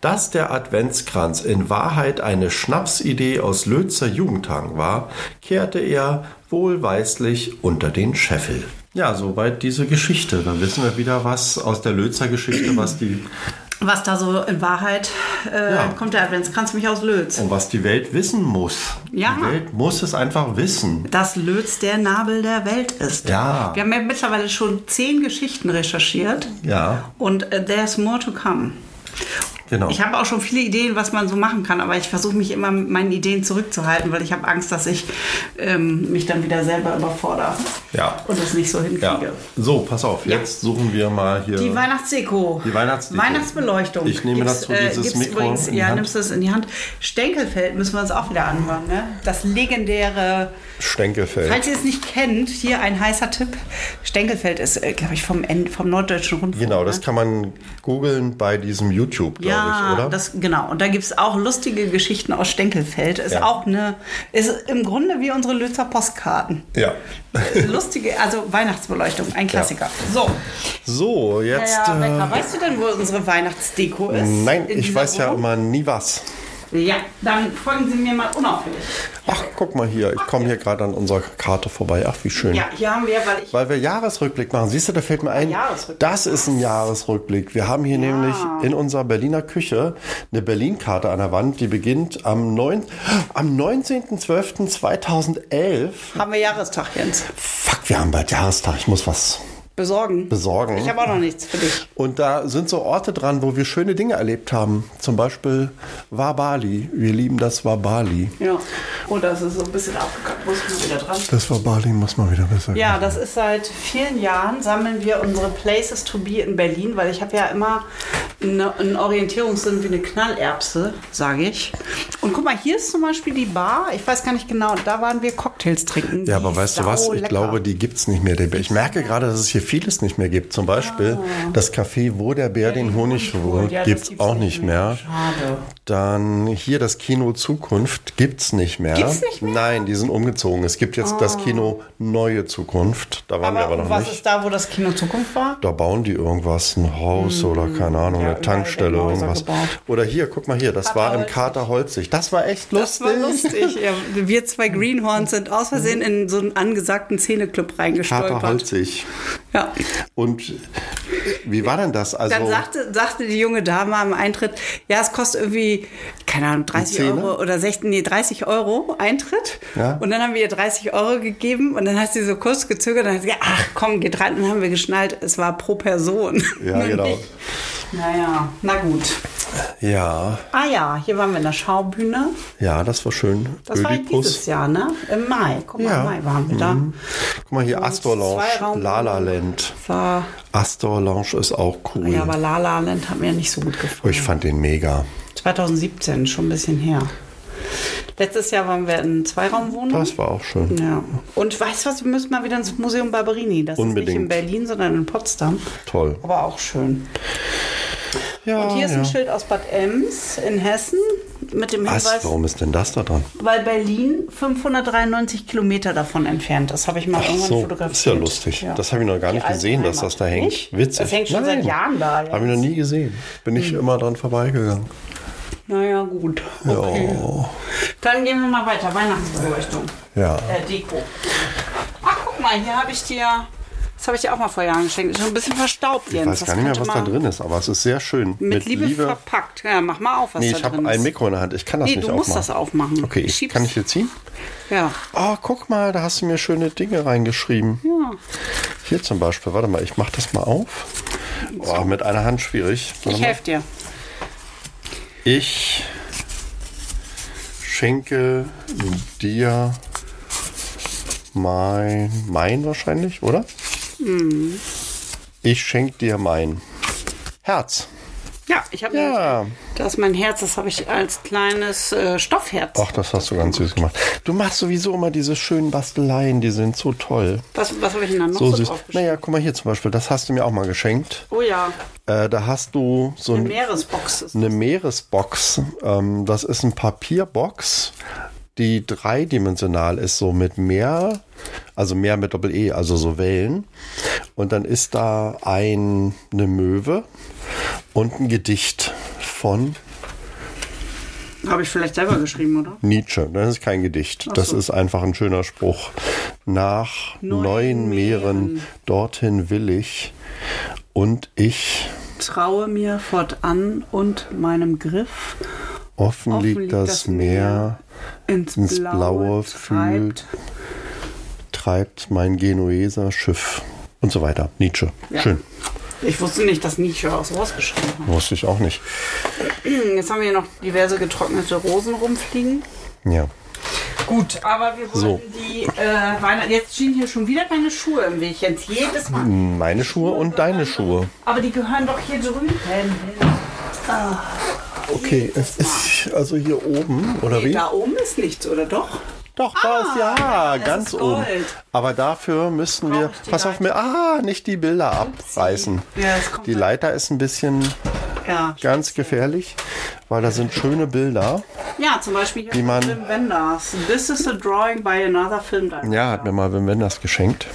Speaker 2: Dass der Adventskranz in Wahrheit eine Schnapsidee aus Lötzer Jugendtagen war, kehrte er wohlweislich unter den Scheffel. Ja, soweit diese Geschichte. Dann wissen wir wieder was aus der Lötzer Geschichte, was die,
Speaker 1: Was da so in Wahrheit äh,
Speaker 2: Ja. Oh.
Speaker 1: kommt der Adventskranz mich aus Lötz.
Speaker 2: und um was die Welt wissen muss.
Speaker 1: Ja.
Speaker 2: Die Welt muss es einfach wissen.
Speaker 1: Dass Lötz der Nabel der Welt ist.
Speaker 2: Ja.
Speaker 1: Wir haben ja mittlerweile schon zehn Geschichten recherchiert.
Speaker 2: Ja,
Speaker 1: Und äh, there's more to come.
Speaker 2: genau.
Speaker 1: Ich habe auch schon viele Ideen, was man so machen kann, aber ich versuche mich immer mit meinen Ideen zurückzuhalten, weil ich habe Angst, dass ich ähm, mich dann wieder selber überfordere
Speaker 2: Ja.
Speaker 1: und das nicht so
Speaker 2: ja.
Speaker 1: hinkriege.
Speaker 2: So, pass auf,
Speaker 1: Ja.
Speaker 2: jetzt suchen wir mal hier.
Speaker 1: Die Weihnachtsdeko.
Speaker 2: Die Weihnachtsdeko.
Speaker 1: Weihnachtsbeleuchtung.
Speaker 2: Ich nehme dazu dieses
Speaker 1: gibt's
Speaker 2: Mikro
Speaker 1: Übrigens,
Speaker 2: in die
Speaker 1: ja,
Speaker 2: Hand.
Speaker 1: nimmst du es in die Hand. Stenkelfeld müssen wir uns auch wieder anhören. Ne? Das legendäre,
Speaker 2: Stenkelfeld.
Speaker 1: falls ihr es nicht kennt, hier ein heißer Tipp. Stenkelfeld ist, äh, glaube ich, vom, N- vom Norddeutschen Rundfunk.
Speaker 2: Genau,
Speaker 1: ne?
Speaker 2: das kann man googeln bei diesem YouTube, glaube
Speaker 1: Ja,
Speaker 2: ich, oder?
Speaker 1: das genau. Und da gibt es auch lustige Geschichten aus Stenkelfeld. Ist
Speaker 2: Ja.
Speaker 1: auch eine, ist im Grunde wie unsere Lötzer Postkarten.
Speaker 2: ja.
Speaker 1: Lustige, also Weihnachtsbeleuchtung, ein Klassiker. So,
Speaker 2: So, jetzt.
Speaker 1: Herr
Speaker 2: äh,
Speaker 1: Becker, weißt du denn, wo unsere Weihnachtsdeko ist?
Speaker 2: Nein,
Speaker 1: In
Speaker 2: ich
Speaker 1: dieser
Speaker 2: weiß ja
Speaker 1: Wohnung?
Speaker 2: immer nie was.
Speaker 1: Ja, dann folgen Sie mir mal unauffällig.
Speaker 2: Ach, guck mal hier, ich komme hier gerade an unserer Karte vorbei. Ach, wie schön.
Speaker 1: Ja, hier haben wir, weil ich.
Speaker 2: Weil wir Jahresrückblick machen. Siehst du, da fällt mir ein,
Speaker 1: Jahresrückblick.
Speaker 2: das ist ein Jahresrückblick. Wir haben hier nämlich in unserer Berliner Küche eine Berlin-Karte an der Wand, die beginnt am, neun- am 19.12.2011.
Speaker 1: Haben wir Jahrestag, Jens.
Speaker 2: Fuck, wir haben bald Jahrestag. Ich muss was
Speaker 1: Besorgen.
Speaker 2: besorgen.
Speaker 1: Ich habe auch noch nichts für dich.
Speaker 2: Und da sind so Orte dran, wo wir schöne Dinge erlebt haben. Zum Beispiel Wabali. Wir lieben das Wabali.
Speaker 1: Ja. Oh, das ist so ein bisschen abgekackt. Muss ich mal wieder dran.
Speaker 2: Das Wabali muss man wieder besser
Speaker 1: Ja,
Speaker 2: machen.
Speaker 1: das ist seit vielen Jahren, sammeln wir unsere Places to be in Berlin, weil ich habe ja immer eine, einen Orientierungssinn wie eine Knallerbse, sage ich. Und guck mal, hier ist zum Beispiel die Bar, ich weiß gar nicht genau, da waren wir Cocktails trinken.
Speaker 2: Ja,
Speaker 1: Die
Speaker 2: aber
Speaker 1: ist
Speaker 2: weißt du was? Ich
Speaker 1: saulecker.
Speaker 2: glaube, die gibt es nicht mehr. der Bär. Ich merke gerade, dass es hier vieles nicht mehr gibt. Zum Beispiel
Speaker 1: Ah.
Speaker 2: das Café, wo der Bär den Honig holt,
Speaker 1: Ja, das
Speaker 2: gibt es
Speaker 1: gibt's
Speaker 2: auch nicht mehr.
Speaker 1: Schade.
Speaker 2: Dann hier das Kino Zukunft gibt es nicht mehr.
Speaker 1: Gibt's nicht mehr? Ah.
Speaker 2: Nein, die sind umgezogen. Es gibt jetzt das Kino Neue Zukunft. Da waren
Speaker 1: Aber,
Speaker 2: wir aber
Speaker 1: und
Speaker 2: noch
Speaker 1: was
Speaker 2: nicht.
Speaker 1: ist da, wo das Kino Zukunft war?
Speaker 2: Da bauen die irgendwas, ein Haus
Speaker 1: Hm.
Speaker 2: oder keine Ahnung, eine
Speaker 1: überall
Speaker 2: Tankstelle,
Speaker 1: werden Häuser
Speaker 2: irgendwas.
Speaker 1: gebaut.
Speaker 2: Oder hier, guck mal hier, das war im
Speaker 1: Holzig.
Speaker 2: Kater Holzig. Das war echt
Speaker 1: Das
Speaker 2: lustig.
Speaker 1: war lustig. Ja, wir zwei Greenhorns sind aus Versehen in so einen angesagten Szeneclub
Speaker 2: Kater
Speaker 1: reingestolpert.
Speaker 2: Holzig.
Speaker 1: Ja.
Speaker 2: Und wie war denn das? Also
Speaker 1: Dann sagte, sagte die junge Dame am Eintritt, ja, es kostet irgendwie, keine Ahnung, 30
Speaker 2: Zehner?
Speaker 1: Euro oder 16, nee, 30 Euro Eintritt.
Speaker 2: Ja.
Speaker 1: Und dann haben wir ihr 30 Euro gegeben und dann hat sie so kurz gezögert und dann hat sie gesagt, ach komm, geht rein. Und dann haben wir geschnallt, es war pro Person.
Speaker 2: ja,
Speaker 1: Und
Speaker 2: genau.
Speaker 1: nicht- Naja, na gut.
Speaker 2: Ja,
Speaker 1: Ah ja, hier waren wir in der Schaubühne.
Speaker 2: ja, das war schön.
Speaker 1: Das war dieses Jahr, ne? Im Mai. Guck mal,
Speaker 2: Ja. Mhm.
Speaker 1: im Mai waren wir da.
Speaker 2: Guck mal hier, Astor
Speaker 1: zwei
Speaker 2: Lounge,
Speaker 1: Raum-
Speaker 2: Lala Land.
Speaker 1: Das war,
Speaker 2: Astor Lounge ist auch cool.
Speaker 1: ja, aber La La Land hat mir nicht so gut gefallen.
Speaker 2: ich fand den mega.
Speaker 1: 2017, schon ein bisschen her. Letztes Jahr waren wir in Zweiraumwohnung.
Speaker 2: Das war auch schön.
Speaker 1: Ja. Und weißt du was, wir müssen mal wieder ins Museum Barberini. Das ist
Speaker 2: Unbedingt.
Speaker 1: nicht in Berlin, sondern in Potsdam.
Speaker 2: Toll.
Speaker 1: Aber auch schön.
Speaker 2: Ja,
Speaker 1: Und hier ist
Speaker 2: Ah, ja.
Speaker 1: ein Schild aus Bad Ems in Hessen mit dem
Speaker 2: Was?
Speaker 1: Hinweis,
Speaker 2: Warum ist denn das da dran?
Speaker 1: weil Berlin 593 Kilometer davon entfernt ist. Habe ich mal irgendwann
Speaker 2: So,
Speaker 1: Oh, fotografiert.
Speaker 2: ist ja lustig. Das habe ich noch gar
Speaker 1: Die
Speaker 2: nicht
Speaker 1: alte
Speaker 2: gesehen, dass das da
Speaker 1: Heimat.
Speaker 2: hängt.
Speaker 1: Nicht?
Speaker 2: Witzig.
Speaker 1: Das hängt schon seit Jahren da. Mhm. jetzt.
Speaker 2: Habe ich noch nie gesehen. Bin ich immer dran vorbeigegangen.
Speaker 1: Naja, gut. Okay. Dann gehen wir mal weiter. Weihnachtsbeleuchtung.
Speaker 2: Ja.
Speaker 1: Äh, Deko. Ach, guck mal, hier habe ich dir. Das habe ich dir auch mal vor Jahren geschenkt. Ist schon ein bisschen verstaubt,
Speaker 2: Ich
Speaker 1: Jens.
Speaker 2: weiß
Speaker 1: Das
Speaker 2: gar nicht mehr,
Speaker 1: könnte
Speaker 2: was da
Speaker 1: mal-
Speaker 2: drin ist, aber es ist sehr schön.
Speaker 1: Mit, Liebe, verpackt. Ja, mach mal auf, was
Speaker 2: Nee,
Speaker 1: da
Speaker 2: ich habe
Speaker 1: drin ist.
Speaker 2: ein Mikro in der Hand. Ich kann das
Speaker 1: Nee,
Speaker 2: nicht
Speaker 1: du musst
Speaker 2: aufmachen.
Speaker 1: das aufmachen.
Speaker 2: Okay,
Speaker 1: Hm, Ich
Speaker 2: ich,
Speaker 1: schieb's.
Speaker 2: kann ich jetzt ziehen?
Speaker 1: Ja.
Speaker 2: Oh, guck mal, da hast du mir schöne Dinge reingeschrieben.
Speaker 1: ja.
Speaker 2: Hier zum Beispiel, warte mal, ich mache das mal auf. Oh, mit einer Hand schwierig. Warte
Speaker 1: Ich
Speaker 2: mal.
Speaker 1: helfe dir.
Speaker 2: Ich schenke dir mein, mein wahrscheinlich, oder?
Speaker 1: Hm.
Speaker 2: Ich schenke dir mein Herz.
Speaker 1: Ja, ich habe
Speaker 2: Ja.
Speaker 1: das ist mein Herz, das habe ich als kleines äh, Stoffherz.
Speaker 2: Ach, das hast du ganz süß gemacht. Du machst sowieso immer diese schönen Basteleien, die sind so toll.
Speaker 1: Was, was habe ich denn da noch
Speaker 2: So süß.
Speaker 1: draufgeschrieben?
Speaker 2: Naja, guck mal hier zum Beispiel, das hast du mir auch mal geschenkt.
Speaker 1: Oh ja,
Speaker 2: Äh, da hast du so
Speaker 1: eine
Speaker 2: ein,
Speaker 1: Meeresbox. ist-
Speaker 2: eine Meeresbox. Ähm, das ist ein Papierbox, die dreidimensional ist, so mit Meer, also Meer mit Doppel-E, also so Wellen. Und dann ist da ein, eine Möwe und ein Gedicht von
Speaker 1: Habe ich vielleicht selber geschrieben, oder?
Speaker 2: Nietzsche. Das ist kein Gedicht. Das ist einfach ein schöner Spruch. Nach neun,
Speaker 1: Neun
Speaker 2: Meeren,
Speaker 1: Meeren.
Speaker 2: dorthin will ich und ich
Speaker 1: Traue mir fortan und meinem Griff
Speaker 2: offen,
Speaker 1: Offen
Speaker 2: liegt
Speaker 1: liegt
Speaker 2: das,
Speaker 1: das
Speaker 2: Meer,
Speaker 1: Meer, ins,
Speaker 2: Ins Blaue
Speaker 1: Blaue,
Speaker 2: fühlt.
Speaker 1: treibt.
Speaker 2: treibt mein Genueser Schiff und so weiter. Nietzsche.
Speaker 1: Ja.
Speaker 2: Schön.
Speaker 1: Ich wusste nicht, dass Nietzsche auch sowas geschrieben hat. Hm,
Speaker 2: Wusste ich auch nicht.
Speaker 1: Jetzt haben wir hier noch diverse getrocknete Rosen rumfliegen.
Speaker 2: Ja.
Speaker 1: Gut, aber wir wollten
Speaker 2: So.
Speaker 1: die äh, Weihnachten. Jetzt stehen hier schon wieder meine Schuhe im Weg, Jens. Jedes
Speaker 2: Hm.
Speaker 1: Mal.
Speaker 2: Meine Schuhe und deine Schuhe.
Speaker 1: Aber die gehören doch hier drüben hin.
Speaker 2: Okay, es ist also hier oben, oder wie?
Speaker 1: Da oben ist nichts, oder doch?
Speaker 2: Doch, da ist ja,
Speaker 1: es
Speaker 2: ganz
Speaker 1: ist
Speaker 2: oben.
Speaker 1: Gold.
Speaker 2: Aber dafür müssen wir,
Speaker 1: Brauch ich die
Speaker 2: pass auf mir, ah, nicht die Bilder abreißen.
Speaker 1: Ja, es kommt
Speaker 2: die
Speaker 1: halt-
Speaker 2: Leiter ist ein bisschen
Speaker 1: Ja.
Speaker 2: ganz gefährlich, weil da sind schöne Bilder.
Speaker 1: Ja, zum Beispiel hier
Speaker 2: Die man-
Speaker 1: von Wim Wenders. This is a drawing by another film director.
Speaker 2: Ja, hat mir mal Wim Wenders geschenkt.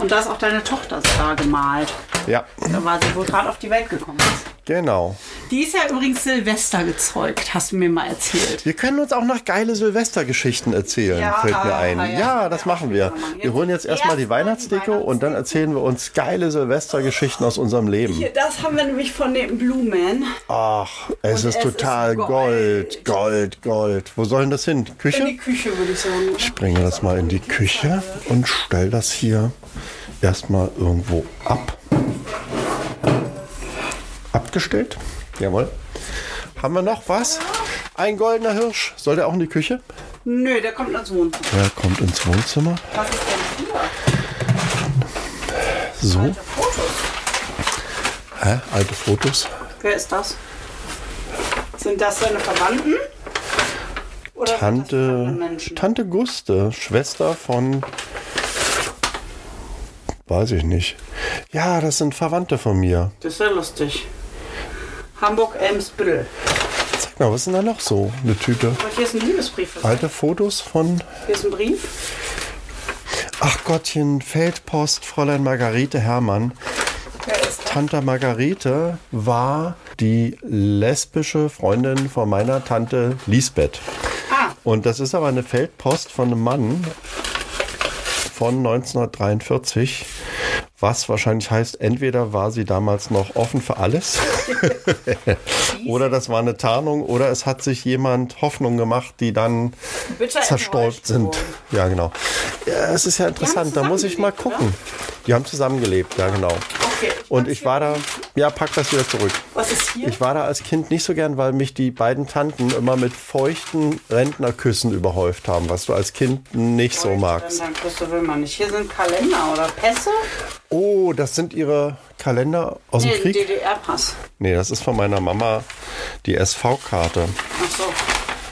Speaker 1: Und da ist auch deine Tochter da gemalt.
Speaker 2: Ja,
Speaker 1: Da war sie wohl gerade auf die Welt gekommen. Ist.
Speaker 2: genau.
Speaker 1: Die ist ja übrigens Silvester gezeugt, hast du mir mal erzählt.
Speaker 2: Wir können uns auch noch geile Silvestergeschichten erzählen,
Speaker 1: Ja,
Speaker 2: fällt mir ein.
Speaker 1: ja,
Speaker 2: Ja,
Speaker 1: ja.
Speaker 2: das machen wir. Wir holen jetzt erstmal die Weihnachtsdeko und dann erzählen wir uns geile Silvestergeschichten aus unserem Leben.
Speaker 1: Hier, das haben wir nämlich von dem Blue Man.
Speaker 2: Ach, es ist
Speaker 1: es ist
Speaker 2: total
Speaker 1: Gold.
Speaker 2: Gold, Gold, Gold. Wo sollen das hin?
Speaker 1: In
Speaker 2: Küche?
Speaker 1: die Küche, würde ich sagen.
Speaker 2: Ich bringe das mal in die Küche und stell das hier erstmal irgendwo ab. Abgestellt? Jawohl. Haben wir noch was? Ein goldener Hirsch. Soll der auch in die Küche?
Speaker 1: Nö, der kommt ins Wohnzimmer.
Speaker 2: Der kommt ins Wohnzimmer.
Speaker 1: Was ist denn hier?
Speaker 2: So,
Speaker 1: Fotos.
Speaker 2: hä? alte Fotos.
Speaker 1: Wer ist das? Sind das deine Verwandten? Oder sind das fremde
Speaker 2: Tante,
Speaker 1: Menschen?
Speaker 2: Tante Guste, Schwester von. Weiß ich nicht. Ja, das sind Verwandte von mir.
Speaker 1: Das ist ja lustig. Hamburg-Elmsbüttel.
Speaker 2: Sag mal, was ist denn da noch so? Eine Tüte.
Speaker 1: Und hier ist ein Liebesbrief. Hier
Speaker 2: Alte Fotos von.
Speaker 1: ist ein Brief.
Speaker 2: Ach Gottchen, Feldpost, Fräulein Margarete Hermann.
Speaker 1: Wer ist das?
Speaker 2: Tante Margarete war die lesbische Freundin von meiner Tante Lisbeth.
Speaker 1: Ah,
Speaker 2: Und das ist aber eine Feldpost von einem Mann von 1943, was wahrscheinlich heißt, entweder war sie damals noch offen für alles oder das war eine Tarnung oder es hat sich jemand Hoffnung gemacht, die dann
Speaker 1: bitter
Speaker 2: zerstäubt
Speaker 1: enttäuscht
Speaker 2: sind.
Speaker 1: worden.
Speaker 2: Ja, genau. Ja, es ist ja interessant, da muss ich mal
Speaker 1: zusammengelebt,
Speaker 2: gucken. Die haben zusammengelebt, ja genau.
Speaker 1: Okay, ich
Speaker 2: Und
Speaker 1: pack's
Speaker 2: ich
Speaker 1: hier
Speaker 2: war da, ja, pack das wieder zurück.
Speaker 1: Was ist hier?
Speaker 2: Ich war da als Kind nicht so gern, weil mich die beiden Tanten immer mit feuchten Rentnerküssen überhäuft haben, was du als Kind nicht so magst.
Speaker 1: Dann Christo Willmann nicht. Hier sind Kalender oder Pässe.
Speaker 2: Oh, das sind ihre Kalender aus dem
Speaker 1: Nee,
Speaker 2: Krieg?
Speaker 1: DDR-Pass.
Speaker 2: Nee, das ist von meiner Mama die SV-Karte.
Speaker 1: Ach so.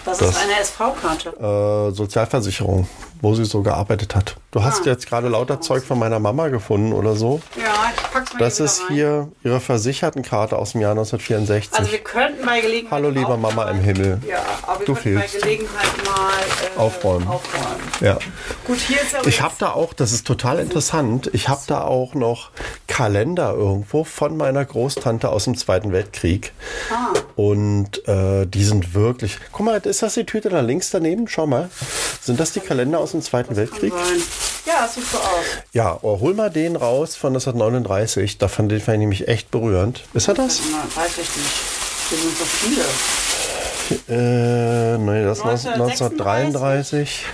Speaker 1: Was
Speaker 2: Das-
Speaker 1: ist eine SV-Karte?
Speaker 2: Äh, Sozialversicherung, wo sie so gearbeitet hat. Du hast
Speaker 1: Ah.
Speaker 2: jetzt gerade lauter Zeug von meiner Mama gefunden oder so.
Speaker 1: Ja, ich pack's mal
Speaker 2: Das
Speaker 1: wieder
Speaker 2: ist
Speaker 1: rein.
Speaker 2: hier ihre Versichertenkarte aus dem Jahr 1964.
Speaker 1: Also wir könnten bei Gelegenheit.
Speaker 2: Hallo, liebe
Speaker 1: auch
Speaker 2: Mama
Speaker 1: mal-
Speaker 2: im Himmel.
Speaker 1: Ja, aber wir
Speaker 2: Du
Speaker 1: könnten
Speaker 2: fehlst.
Speaker 1: bei Gelegenheit mal äh,
Speaker 2: Aufräumen.
Speaker 1: aufräumen.
Speaker 2: ja.
Speaker 1: Gut, hier ist aber
Speaker 2: Ich
Speaker 1: jetzt-
Speaker 2: habe da auch, das ist total interessant, ich habe da auch noch Kalender irgendwo von meiner Großtante aus dem Zweiten Weltkrieg.
Speaker 1: Ah.
Speaker 2: Und äh, die sind wirklich. Guck mal, ist das die Tüte da links daneben? Schau mal. Sind das die Kalender aus dem Zweiten Weltkrieg?
Speaker 1: Nein. Ja, es sieht so aus.
Speaker 2: Ja, oh, hol mal den raus von 1939. Da fand, den fand ich nämlich echt berührend. Ist er das?
Speaker 1: Na, weiß ich nicht. Hier sind so viele.
Speaker 2: Äh, nee, das ist
Speaker 1: 1936.
Speaker 2: 1933.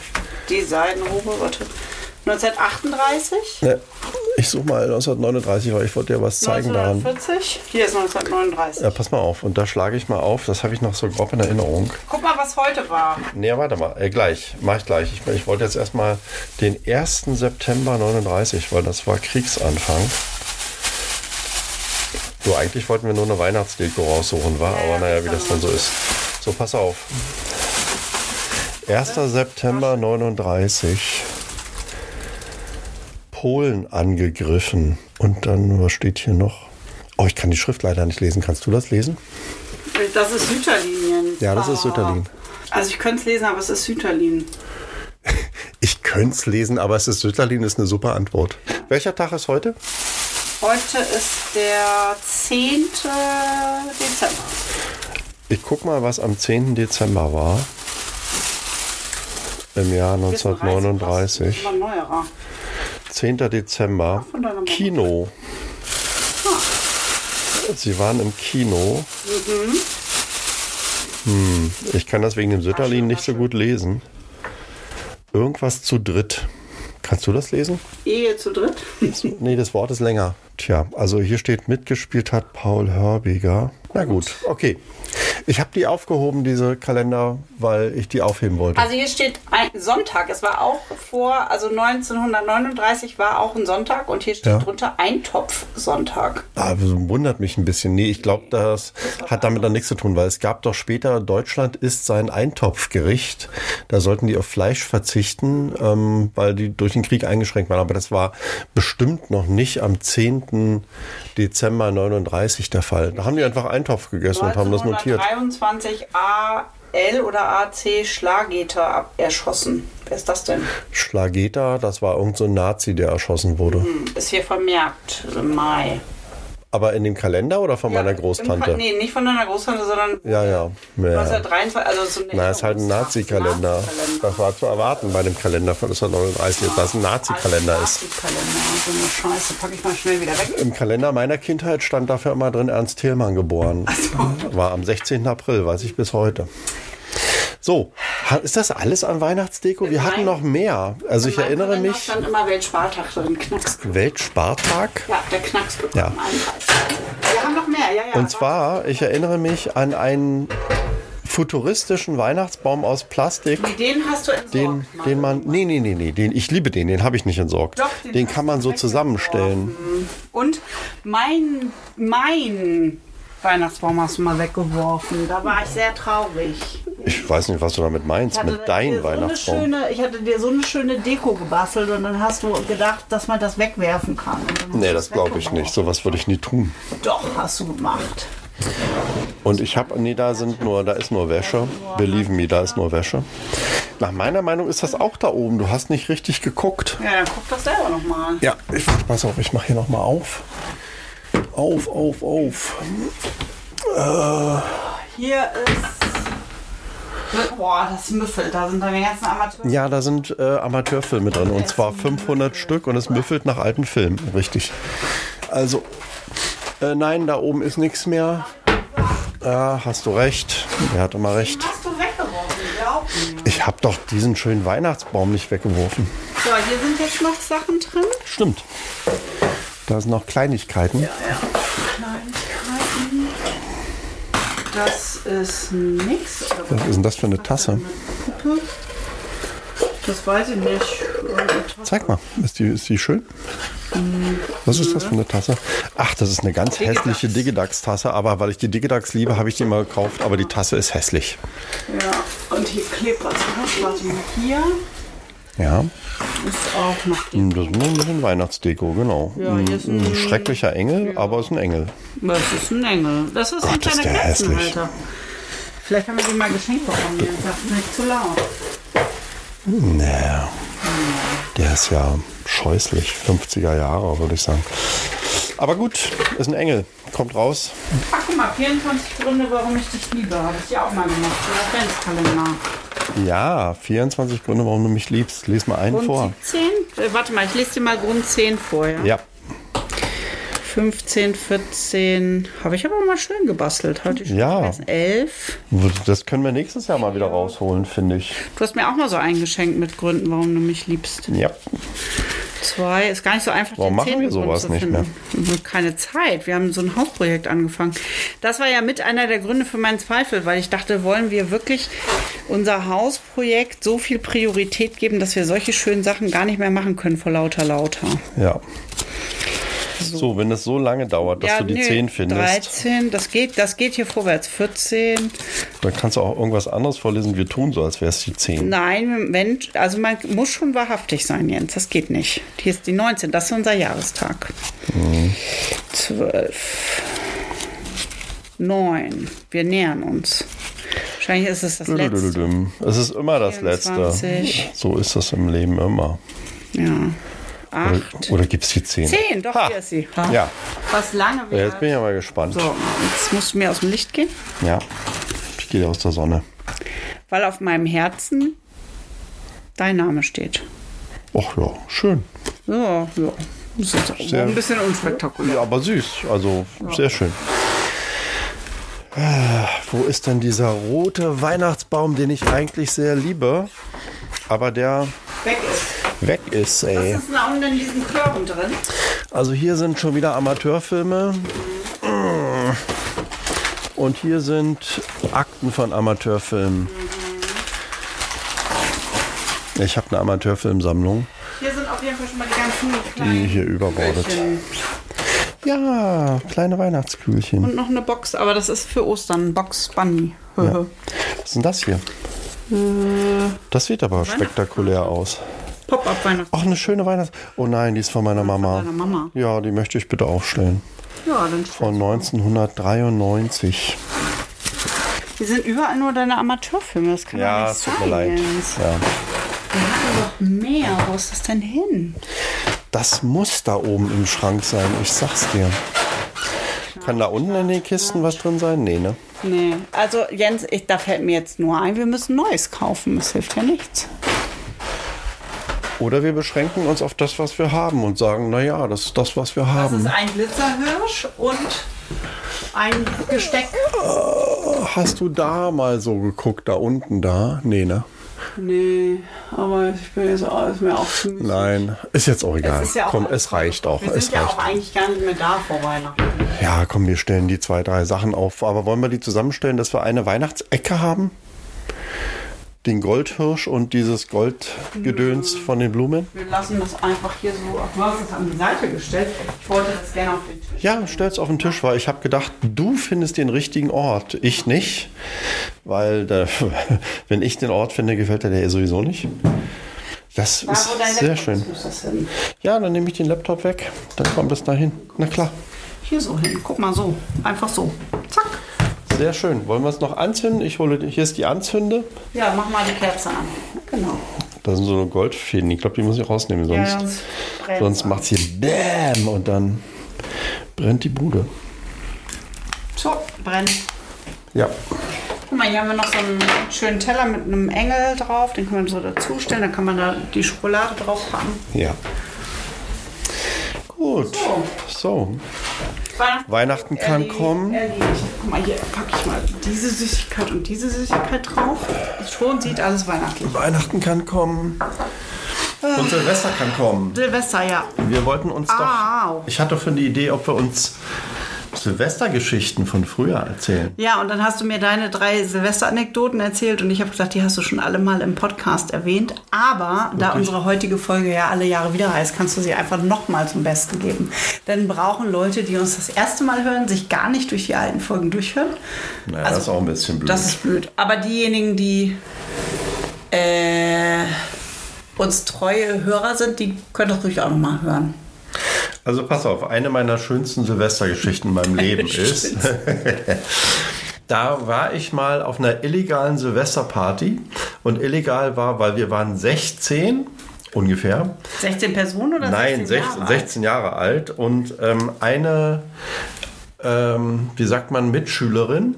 Speaker 1: Die Seidenrobe, warte. 1938?
Speaker 2: Ne, ich suche mal 1939, weil ich wollte dir was zeigen daran.
Speaker 1: 1940? Hier ist 1939.
Speaker 2: Ja, pass mal auf. Und da schlage ich mal auf. Das habe ich noch so grob in Erinnerung.
Speaker 1: Guck mal, was heute war.
Speaker 2: Nee, warte mal. Äh, gleich. Mach ich gleich. Ich, ich wollte jetzt erstmal den 1. September 39, weil das war Kriegsanfang. Du, eigentlich wollten wir nur eine Weihnachtsdeko raussuchen, war? Aber naja, wie das dann so ist. So, pass auf. 1. September 39. Polen angegriffen. Und dann, was steht hier noch? Oh, ich kann die Schrift leider nicht lesen. Kannst du das lesen?
Speaker 1: Das ist Süterlinien.
Speaker 2: Ja, das ist Sütterlin.
Speaker 1: Also ich könnte es lesen, aber es ist Süterlin.
Speaker 2: Ich könnte es lesen, aber es ist Sütterlin, ist eine super Antwort. Welcher Tag ist heute?
Speaker 1: Heute ist der 10. Dezember.
Speaker 2: Ich guck mal, was am 10. Dezember war. Im Jahr
Speaker 1: Hier ist ein Reisepass. Das ist
Speaker 2: 1939.
Speaker 1: Immer neuerer.
Speaker 2: 10. Dezember.
Speaker 1: von deiner Mama.
Speaker 2: Kino. Sie waren im Kino. Hm, ich kann das wegen dem Sütterlin nicht so gut lesen. Irgendwas zu dritt. Kannst du das lesen?
Speaker 1: Ehe zu dritt.
Speaker 2: Nee, das Wort ist länger. Tja, also hier steht, mitgespielt hat Paul Hörbiger. Na gut, okay. Ich habe die aufgehoben, diese Kalender, weil ich die aufheben wollte.
Speaker 1: Also hier steht ein Sonntag. Es war auch vor, also 1939 war auch ein Sonntag und hier steht
Speaker 2: Ja.
Speaker 1: drunter Eintopf-Sonntag.
Speaker 2: Ah, das wundert mich ein bisschen. Nee, ich glaube, das hat damit dann nichts zu tun, weil es gab doch später, Deutschland ist sein Eintopfgericht. Da sollten die auf Fleisch verzichten, ähm, weil die durch den Krieg eingeschränkt waren. Aber das war bestimmt noch nicht am 10. Dezember 39 der Fall. Da haben die einfach Eintopf gegessen und haben das notiert.
Speaker 1: 1923 AL oder AC Schlageter ab- erschossen. Wer ist das denn?
Speaker 2: Schlageter, das war irgend so ein Nazi, der erschossen wurde.
Speaker 1: Hm, Ist hier vermerkt im Mai.
Speaker 2: Aber in dem Kalender oder von meiner
Speaker 1: Ja,
Speaker 2: Großtante?
Speaker 1: Im, nee, nicht von deiner Großtante, sondern
Speaker 2: Ja, ja. ja.
Speaker 1: 1923. Also so eine
Speaker 2: Na, ist halt ein Nazi-Kalender.
Speaker 1: Nazi-Kalender.
Speaker 2: Das war zu erwarten bei dem Kalender von 1939, dass das ein Nazi-Kalender ist.
Speaker 1: Nazi-Kalender, so eine Scheiße. Pack ich mal schnell wieder weg.
Speaker 2: Im Kalender meiner Kindheit stand dafür immer drin Ernst Thälmann geboren. War am 16. April, weiß ich bis heute. So, ha- ist das alles an Weihnachtsdeko? Wir hatten noch mehr. Also ich
Speaker 1: Mein
Speaker 2: erinnere
Speaker 1: Kalender
Speaker 2: mich,
Speaker 1: stand immer Weltspartag drin. Knacks.
Speaker 2: Weltspartag.
Speaker 1: Ja, der Knacks bekommt
Speaker 2: Ja.
Speaker 1: einen Einpreis. Wir haben noch mehr, ja, ja.
Speaker 2: Und zwar, ich erinnere mich an einen futuristischen Weihnachtsbaum aus Plastik.
Speaker 1: Den hast du entsorgt.
Speaker 2: Den,
Speaker 1: Mann.
Speaker 2: den man. Nee, nee, nee, nee. Den, ich liebe den, den habe ich nicht entsorgt.
Speaker 1: Doch, den
Speaker 2: den
Speaker 1: hast
Speaker 2: kann man so zusammenstellen.
Speaker 1: Und mein, mein Weihnachtsbaum hast du mal weggeworfen. Da war ich sehr traurig.
Speaker 2: Ich weiß nicht, was du damit meinst.
Speaker 1: hatte
Speaker 2: Mit deinem
Speaker 1: dir so eine
Speaker 2: Weihnachtsbaum.
Speaker 1: schöne, ich hatte dir so eine schöne Deko gebastelt und dann hast du gedacht, dass man das wegwerfen kann. Und dann hast
Speaker 2: Nee,
Speaker 1: du
Speaker 2: das
Speaker 1: es
Speaker 2: glaube ich nicht.
Speaker 1: weggeworfen.
Speaker 2: Sowas würde ich nie tun.
Speaker 1: Doch, hast du gemacht.
Speaker 2: Und ich habe, nee, da sind nur, da ist nur Wäsche. Believe me, da ist nur Wäsche. Nach meiner Meinung ist das auch da oben. Du hast nicht richtig geguckt.
Speaker 1: Ja, dann guck doch selber nochmal.
Speaker 2: Ja, ich pass auf, ich mache hier nochmal auf. Auf, auf, auf.
Speaker 1: Hier ist. Boah, das Müffel. Da sind deine ganzen Amateure.
Speaker 2: Ja, da sind äh, Amateurfilme drin und zwar 500 Stück und es müffelt nach alten Filmen, richtig. Also, äh, nein, da oben ist nichts mehr. Ja, hast du recht. Er hatte mal recht.
Speaker 1: Hast du weggeworfen, glaub mir.
Speaker 2: Ich habe doch diesen schönen Weihnachtsbaum nicht weggeworfen.
Speaker 1: So, hier sind jetzt noch Sachen drin.
Speaker 2: Stimmt. Da sind noch Kleinigkeiten.
Speaker 1: Kleinigkeiten. Das ist nix. oder was?
Speaker 2: Was ist denn das für eine Tasse?
Speaker 1: Das weiß ich nicht.
Speaker 2: Zeig mal, ist die, ist die schön? Was ist das für eine Tasse? Ach, das ist eine ganz
Speaker 1: Digidax.
Speaker 2: hässliche Digidax-Tasse, aber weil ich die Digidax liebe, habe ich die mal gekauft, aber die Tasse ist hässlich.
Speaker 1: Ja, und hier klebt was. drauf. Warte mal, hier
Speaker 2: Ja,
Speaker 1: ist auch noch die.
Speaker 2: das ist nur ein bisschen Weihnachtsdeko, genau.
Speaker 1: Ja, hier ist ein-
Speaker 2: ein schrecklicher Engel, aber ist ein Engel.
Speaker 1: Das ist ein Engel. Das ist ein
Speaker 2: Gott, ist
Speaker 1: kleiner
Speaker 2: der
Speaker 1: Kerzenhalter. Vielleicht haben wir den mal geschenkt bekommen. Der sagt nicht zu laut.
Speaker 2: Nee. Der ist ja scheußlich. 50er Jahre, würde ich sagen. Aber gut, ist ein Engel. Kommt raus.
Speaker 1: Ach, guck mal, 24 Gründe, warum ich dich liebe. Habe ich ja auch mal gemacht. Der Adventskalender.
Speaker 2: Ja, 24 Gründe, warum du mich liebst. Lies mal einen vor.
Speaker 1: Grund 17? Äh, warte mal, ich lese dir mal Grund 10 vor, ja?
Speaker 2: Ja.
Speaker 1: 15, 14. Habe ich aber mal schön gebastelt. Hatte ich schon
Speaker 2: Ja.
Speaker 1: vergessen. 11.
Speaker 2: Das können wir nächstes Jahr mal wieder rausholen, finde ich.
Speaker 1: Du hast mir auch mal so eingeschenkt mit Gründen, warum du mich liebst.
Speaker 2: Ja.
Speaker 1: Zwei. Ist gar nicht so einfach,
Speaker 2: Warum
Speaker 1: den
Speaker 2: machen
Speaker 1: zehnten
Speaker 2: wir
Speaker 1: Grund
Speaker 2: sowas
Speaker 1: zu
Speaker 2: nicht
Speaker 1: finden. Wir haben Keine Zeit. Wir haben so ein Hausprojekt angefangen. Das war ja mit einer der Gründe für meinen Zweifel, weil ich dachte, wollen wir wirklich unser Hausprojekt so viel Priorität geben, dass wir solche schönen Sachen gar nicht mehr machen können vor lauter lauter.
Speaker 2: Ja. So, wenn es so lange dauert, dass du die
Speaker 1: nö,
Speaker 2: 10 findest,
Speaker 1: 13, das geht, das geht hier vorwärts. 14.
Speaker 2: dann kannst du auch irgendwas anderes vorlesen. Wir tun so, als wäre es die 10.
Speaker 1: Nein, Mensch, also man muss schon wahrhaftig sein, Jens. Das geht nicht. Hier ist die 19, das ist unser Jahrestag. 12. 9. Wir nähern uns. Wahrscheinlich ist es das letzte.
Speaker 2: Dudududum. Es ist immer das
Speaker 1: 24.
Speaker 2: Letzte. So ist das im Leben immer.
Speaker 1: Ja.
Speaker 2: Oder,
Speaker 1: 8.
Speaker 2: oder gibt es die 10?
Speaker 1: 10, doch,
Speaker 2: Ha.
Speaker 1: hier ist sie. Ha.
Speaker 2: Ja.
Speaker 1: Was lange
Speaker 2: Ja,
Speaker 1: wir.
Speaker 2: Jetzt bin ich aber gespannt.
Speaker 1: so, jetzt musst du mir aus dem Licht gehen,
Speaker 2: Ja. Ich gehe aus der Sonne.
Speaker 1: weil auf meinem Herzen dein Name steht.
Speaker 2: Ach ja, schön.
Speaker 1: Ja, ja. Das ist auch
Speaker 2: Sehr-
Speaker 1: ein bisschen unspektakulär.
Speaker 2: Ja, aber süß. Also sehr schön. Ah, Wo ist denn dieser rote Weihnachtsbaum, den ich eigentlich sehr liebe? Aber der
Speaker 1: Weg ist.
Speaker 2: weg ist, ey.
Speaker 1: Was ist denn auch in diesen Körben drin?
Speaker 2: Also hier sind schon wieder Amateurfilme. Und hier sind Akten von Amateurfilmen. Ich habe eine Amateurfilmsammlung,
Speaker 1: Hier sind auf jeden Fall schon mal die ganzen
Speaker 2: die
Speaker 1: kleinen
Speaker 2: hier überbordet.
Speaker 1: Kügelchen.
Speaker 2: Ja, kleine Weihnachtskühlchen.
Speaker 1: Und noch eine Box, aber das ist für Ostern. Box Bunny.
Speaker 2: Was ist denn das hier? Das sieht aber spektakulär aus.
Speaker 1: Pop-up-Weihnachten.
Speaker 2: Ach, eine schöne Weihnachts... Oh nein, die ist von meiner Mama.
Speaker 1: deiner Mama.
Speaker 2: Ja, die möchte ich bitte aufstellen.
Speaker 1: Ja, dann
Speaker 2: Von 1993.
Speaker 1: Hier sind überall nur deine Amateurfilme. Das kann doch
Speaker 2: Oh. Ja,
Speaker 1: nicht
Speaker 2: es
Speaker 1: sein.
Speaker 2: tut mir leid.
Speaker 1: Jens.
Speaker 2: Ja.
Speaker 1: Wir hatten doch mehr. Wo ist das denn hin?
Speaker 2: Das muss da oben im Schrank sein, ich sag's dir. Kann da unten in den Kisten was drin sein? Nee, ne?
Speaker 1: Nee. Also, Jens, ich, da fällt mir jetzt nur ein, wir müssen Neues kaufen. Das hilft ja nichts.
Speaker 2: Oder wir beschränken uns auf das, was wir haben und sagen, naja, das ist das, was wir haben.
Speaker 1: ein Glitzerhirsch und ein Gesteck.
Speaker 2: Hast du da mal so geguckt, da unten da? Nee, ne?
Speaker 1: Nee, aber ich bin jetzt auch, ist mir auch zu müde.
Speaker 2: Nein, ist jetzt auch egal.
Speaker 1: ist ja auch
Speaker 2: komm,
Speaker 1: alles-
Speaker 2: es reicht auch.
Speaker 1: Wir
Speaker 2: Es
Speaker 1: sind ja
Speaker 2: reicht.
Speaker 1: auch eigentlich gar nicht mehr da vor Weihnachten.
Speaker 2: Ja, komm, wir stellen die zwei, drei Sachen auf. Aber wollen wir die zusammenstellen, dass wir eine Weihnachtsecke haben? Den Goldhirsch und dieses
Speaker 1: Mhm.
Speaker 2: Goldgedöns von den Blumen?
Speaker 1: Wir lassen das einfach hier so. Du hast es an die Seite gestellt. Ich wollte das gerne auf den Tisch.
Speaker 2: Ja, stell's auf den Tisch, weil ich habe gedacht, du findest den richtigen Ort, ich nicht. Weil da, wenn ich den Ort finde, gefällt dir der eh sowieso nicht. Das
Speaker 1: Da,
Speaker 2: ist
Speaker 1: wo dein
Speaker 2: sehr
Speaker 1: Laptop
Speaker 2: schön.
Speaker 1: ist, muss das hin.
Speaker 2: Ja, dann nehme ich den Laptop weg, dann kommt es dahin. Na klar,
Speaker 1: Hier so hin. Guck mal so. Einfach so. Zack.
Speaker 2: sehr schön. Wollen wir es noch anzünden? Ich hole, die- hier ist die Anzünde.
Speaker 1: Ja, mach mal die Kerze an. Genau.
Speaker 2: Da sind so eine Goldfäden. Ich glaube, die muss ich rausnehmen,
Speaker 1: Ja,
Speaker 2: sonst,
Speaker 1: sonst brennt's
Speaker 2: sonst
Speaker 1: an.
Speaker 2: macht es hier BÄM und dann brennt die Bude.
Speaker 1: So, brennt.
Speaker 2: Ja,
Speaker 1: Guck mal, hier haben wir noch so einen schönen Teller mit einem Engel drauf. Den kann man so dazustellen. Dann kann man da die Schokolade draufpacken.
Speaker 2: ja. Gut. So,
Speaker 1: Weihnachten,
Speaker 2: Weihnachten kann
Speaker 1: erledigt,
Speaker 2: kommen.
Speaker 1: Erledigt. Guck mal, hier packe ich mal diese Süßigkeit und diese Süßigkeit drauf. Schon sieht alles weihnachtlich.
Speaker 2: Weihnachten kann kommen. Und Silvester kann kommen.
Speaker 1: Silvester, ja.
Speaker 2: Wir wollten uns
Speaker 1: Au.
Speaker 2: doch. Ich hatte für eine Idee, ob wir uns Silvestergeschichten von früher erzählen.
Speaker 1: Ja, und dann hast du mir deine drei Silvesteranekdoten erzählt und ich habe gedacht, die hast du schon alle mal im Podcast erwähnt. Aber da
Speaker 2: Wirklich?
Speaker 1: unsere heutige Folge ja alle Jahre wieder heißt, kannst du sie einfach nochmal zum Besten geben. Denn brauchen Leute, die uns das erste Mal hören, sich gar nicht durch die alten Folgen durchhören. Also,
Speaker 2: Naja, das ist auch ein bisschen blöd.
Speaker 1: Das ist blöd. Aber diejenigen, die äh, uns treue Hörer sind, die können doch ruhig auch nochmal hören.
Speaker 2: Also pass auf, eine meiner schönsten Silvestergeschichten in meinem Leben ist. Da war ich mal auf einer illegalen Silvesterparty und illegal war, weil wir waren 16 ungefähr.
Speaker 1: 16 Personen oder 16
Speaker 2: Nein, 16,
Speaker 1: Jahre?
Speaker 2: 16 Jahre alt und ähm, eine, ähm, wie sagt man, Mitschülerin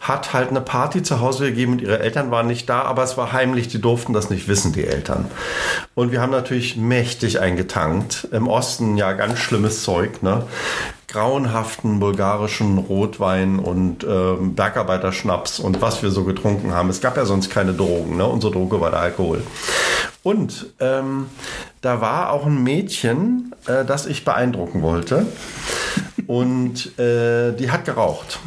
Speaker 2: hat halt eine Party zu Hause gegeben und ihre Eltern waren nicht da, aber es war heimlich, die durften das nicht wissen, die Eltern. Und wir haben natürlich mächtig eingetankt. Im Osten ja ganz schlimmes Zeug, ne? Grauenhaften bulgarischen Rotwein und ähm, Bergarbeiterschnaps und was wir so getrunken haben. Es gab ja sonst keine Drogen, ne? Unsere Droge war der Alkohol. Und ähm, da war auch ein Mädchen, äh, das ich beeindrucken wollte. Und äh, die hat geraucht.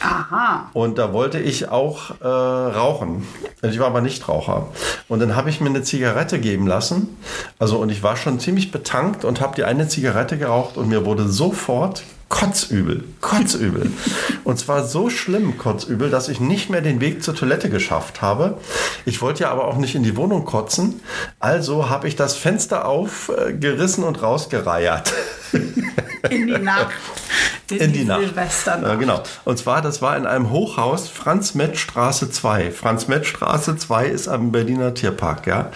Speaker 1: Aha.
Speaker 2: Und da wollte ich auch äh, rauchen. Also Ich war aber nicht Raucher. Und dann habe ich mir eine Zigarette geben lassen. Also, und ich war schon ziemlich betankt und habe die eine Zigarette geraucht und mir wurde sofort kotzübel. Kotzübel. und zwar so schlimm kotzübel, dass ich nicht mehr den Weg zur Toilette geschafft habe. Ich wollte ja aber auch nicht in die Wohnung kotzen. Also habe ich das Fenster aufgerissen und rausgereiert.
Speaker 1: In die Nacht.
Speaker 2: in die Nacht.
Speaker 1: Silvestern.
Speaker 2: Äh, genau. Und zwar, das war in einem Hochhaus, Franz-Metz-Straße 2. Franz-Metz-Straße 2 ist am Berliner Tierpark, ja.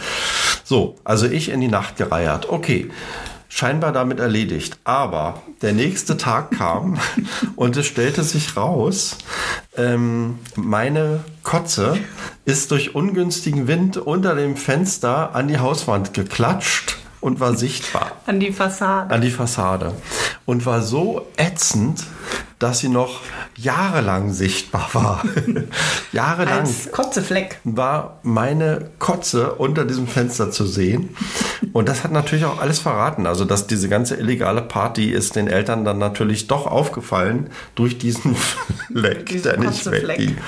Speaker 2: So, also ich in die Nacht gereiert. Okay. Scheinbar damit erledigt. Aber der nächste Tag kam und es stellte sich raus, ähm, meine Kotze ist durch ungünstigen Wind unter dem Fenster an die Hauswand geklatscht und war sichtbar
Speaker 1: An die Fassade.
Speaker 2: an die Fassade und war so ätzend, dass sie noch jahrelang sichtbar war. jahrelang
Speaker 1: Als Kotzefleck.
Speaker 2: war meine Kotze unter diesem Fenster zu sehen. Und das hat natürlich auch alles verraten. Also, dass diese ganze illegale Party ist den Eltern dann natürlich doch aufgefallen durch diesen Fleck,
Speaker 1: Diesen
Speaker 2: der nicht
Speaker 1: Kotzefleck.
Speaker 2: wegging.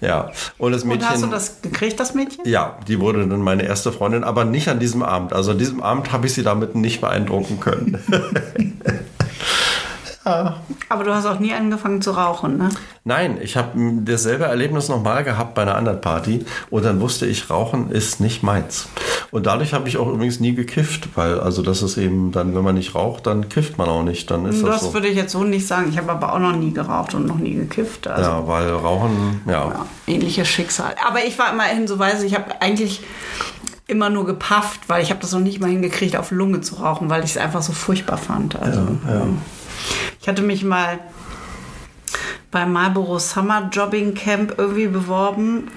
Speaker 2: Ja, und das
Speaker 1: Und
Speaker 2: Mädchen.
Speaker 1: hast du das gekriegt, das Mädchen?
Speaker 2: Ja, die wurde dann meine erste Freundin, aber nicht an diesem Abend. Also an diesem Abend habe ich sie damit nicht beeindrucken können.
Speaker 1: Aber du hast auch nie angefangen zu rauchen, ne?
Speaker 2: Nein, ich habe m, dasselbe Erlebnis nochmal gehabt bei einer anderen Party und dann wusste ich, Rauchen ist nicht meins. Und dadurch habe ich auch übrigens nie gekifft, weil also das ist eben dann, wenn man nicht raucht, dann kifft man auch nicht, dann ist das
Speaker 1: Das
Speaker 2: so.
Speaker 1: würde ich jetzt so nicht sagen. Ich habe aber auch noch nie geraucht und noch nie gekifft. Also
Speaker 2: Ja, weil Rauchen, ja.
Speaker 1: ja, ähnliches Schicksal. Aber ich war immerhin so weise, ich habe eigentlich immer nur gepafft, weil ich habe das noch nicht mal hingekriegt, auf Lunge zu rauchen, weil ich es einfach so furchtbar fand. Also, Ich hatte mich mal beim Marlboro Summer Jobbing Camp irgendwie beworben,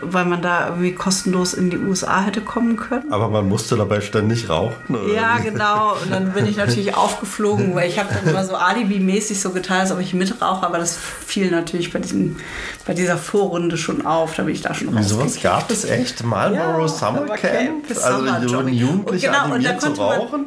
Speaker 1: weil man da irgendwie kostenlos in die USA hätte kommen können.
Speaker 2: Aber man musste dabei ständig rauchen. oder
Speaker 1: Ja,
Speaker 2: wie?
Speaker 1: genau. Und dann bin ich natürlich aufgeflogen, weil ich habe dann immer so Alibi-mäßig so getan, als ob ich mitrauche, aber das fiel natürlich bei, diesem, bei dieser Vorrunde schon auf. Da bin ich da schon
Speaker 2: Wie sowas
Speaker 1: rausgekickt.
Speaker 2: gab es echt? Marlboro
Speaker 1: Ja,
Speaker 2: Summer
Speaker 1: aber
Speaker 2: Camp?
Speaker 1: Camp,
Speaker 2: Also
Speaker 1: Summer
Speaker 2: die wurden
Speaker 1: Jogging.
Speaker 2: Jugendliche
Speaker 1: Und genau, und da
Speaker 2: animiert zu
Speaker 1: konnte man-
Speaker 2: rauchen?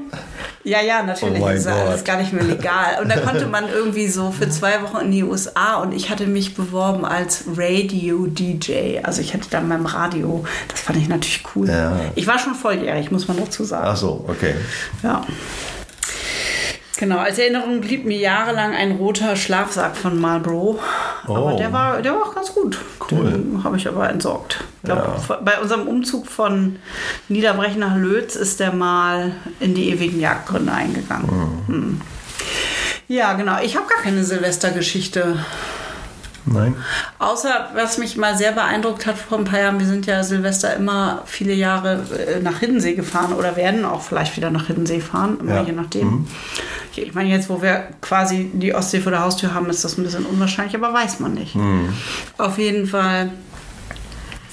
Speaker 1: Ja, ja, natürlich.
Speaker 2: Oh mein
Speaker 1: das ist ja alles
Speaker 2: Gott.
Speaker 1: gar nicht mehr legal. Und da konnte man irgendwie so für zwei Wochen in die USA und ich hatte mich beworben als Radio-DJ. Also ich hatte da in meinem Radio. Das fand ich natürlich cool.
Speaker 2: Ja.
Speaker 1: Ich war schon volljährig, muss man dazu sagen.
Speaker 2: Ach so, okay.
Speaker 1: Ja. Genau, als Erinnerung blieb mir jahrelang ein roter Schlafsack von Marlboro. Aber
Speaker 2: Oh.
Speaker 1: der war, der war auch ganz gut.
Speaker 2: Cool.
Speaker 1: Den habe ich aber entsorgt. Ich glaub,
Speaker 2: Ja.
Speaker 1: v- Bei unserem Umzug von Niederbrech nach Lötz ist der mal in die ewigen Jagdgründe eingegangen. Hm. Ja, genau. Ich habe gar keine Silvestergeschichte.
Speaker 2: Nein.
Speaker 1: Außer, was mich mal sehr beeindruckt hat vor ein paar Jahren, wir sind ja Silvester immer viele Jahre äh, nach Hiddensee gefahren oder werden auch vielleicht wieder nach Hiddensee fahren, immer
Speaker 2: Ja. Mhm.
Speaker 1: je nachdem. Ich, ich meine, jetzt, wo wir quasi die Ostsee vor der Haustür haben, ist das ein bisschen unwahrscheinlich, aber weiß man nicht.
Speaker 2: Mhm.
Speaker 1: Auf jeden Fall,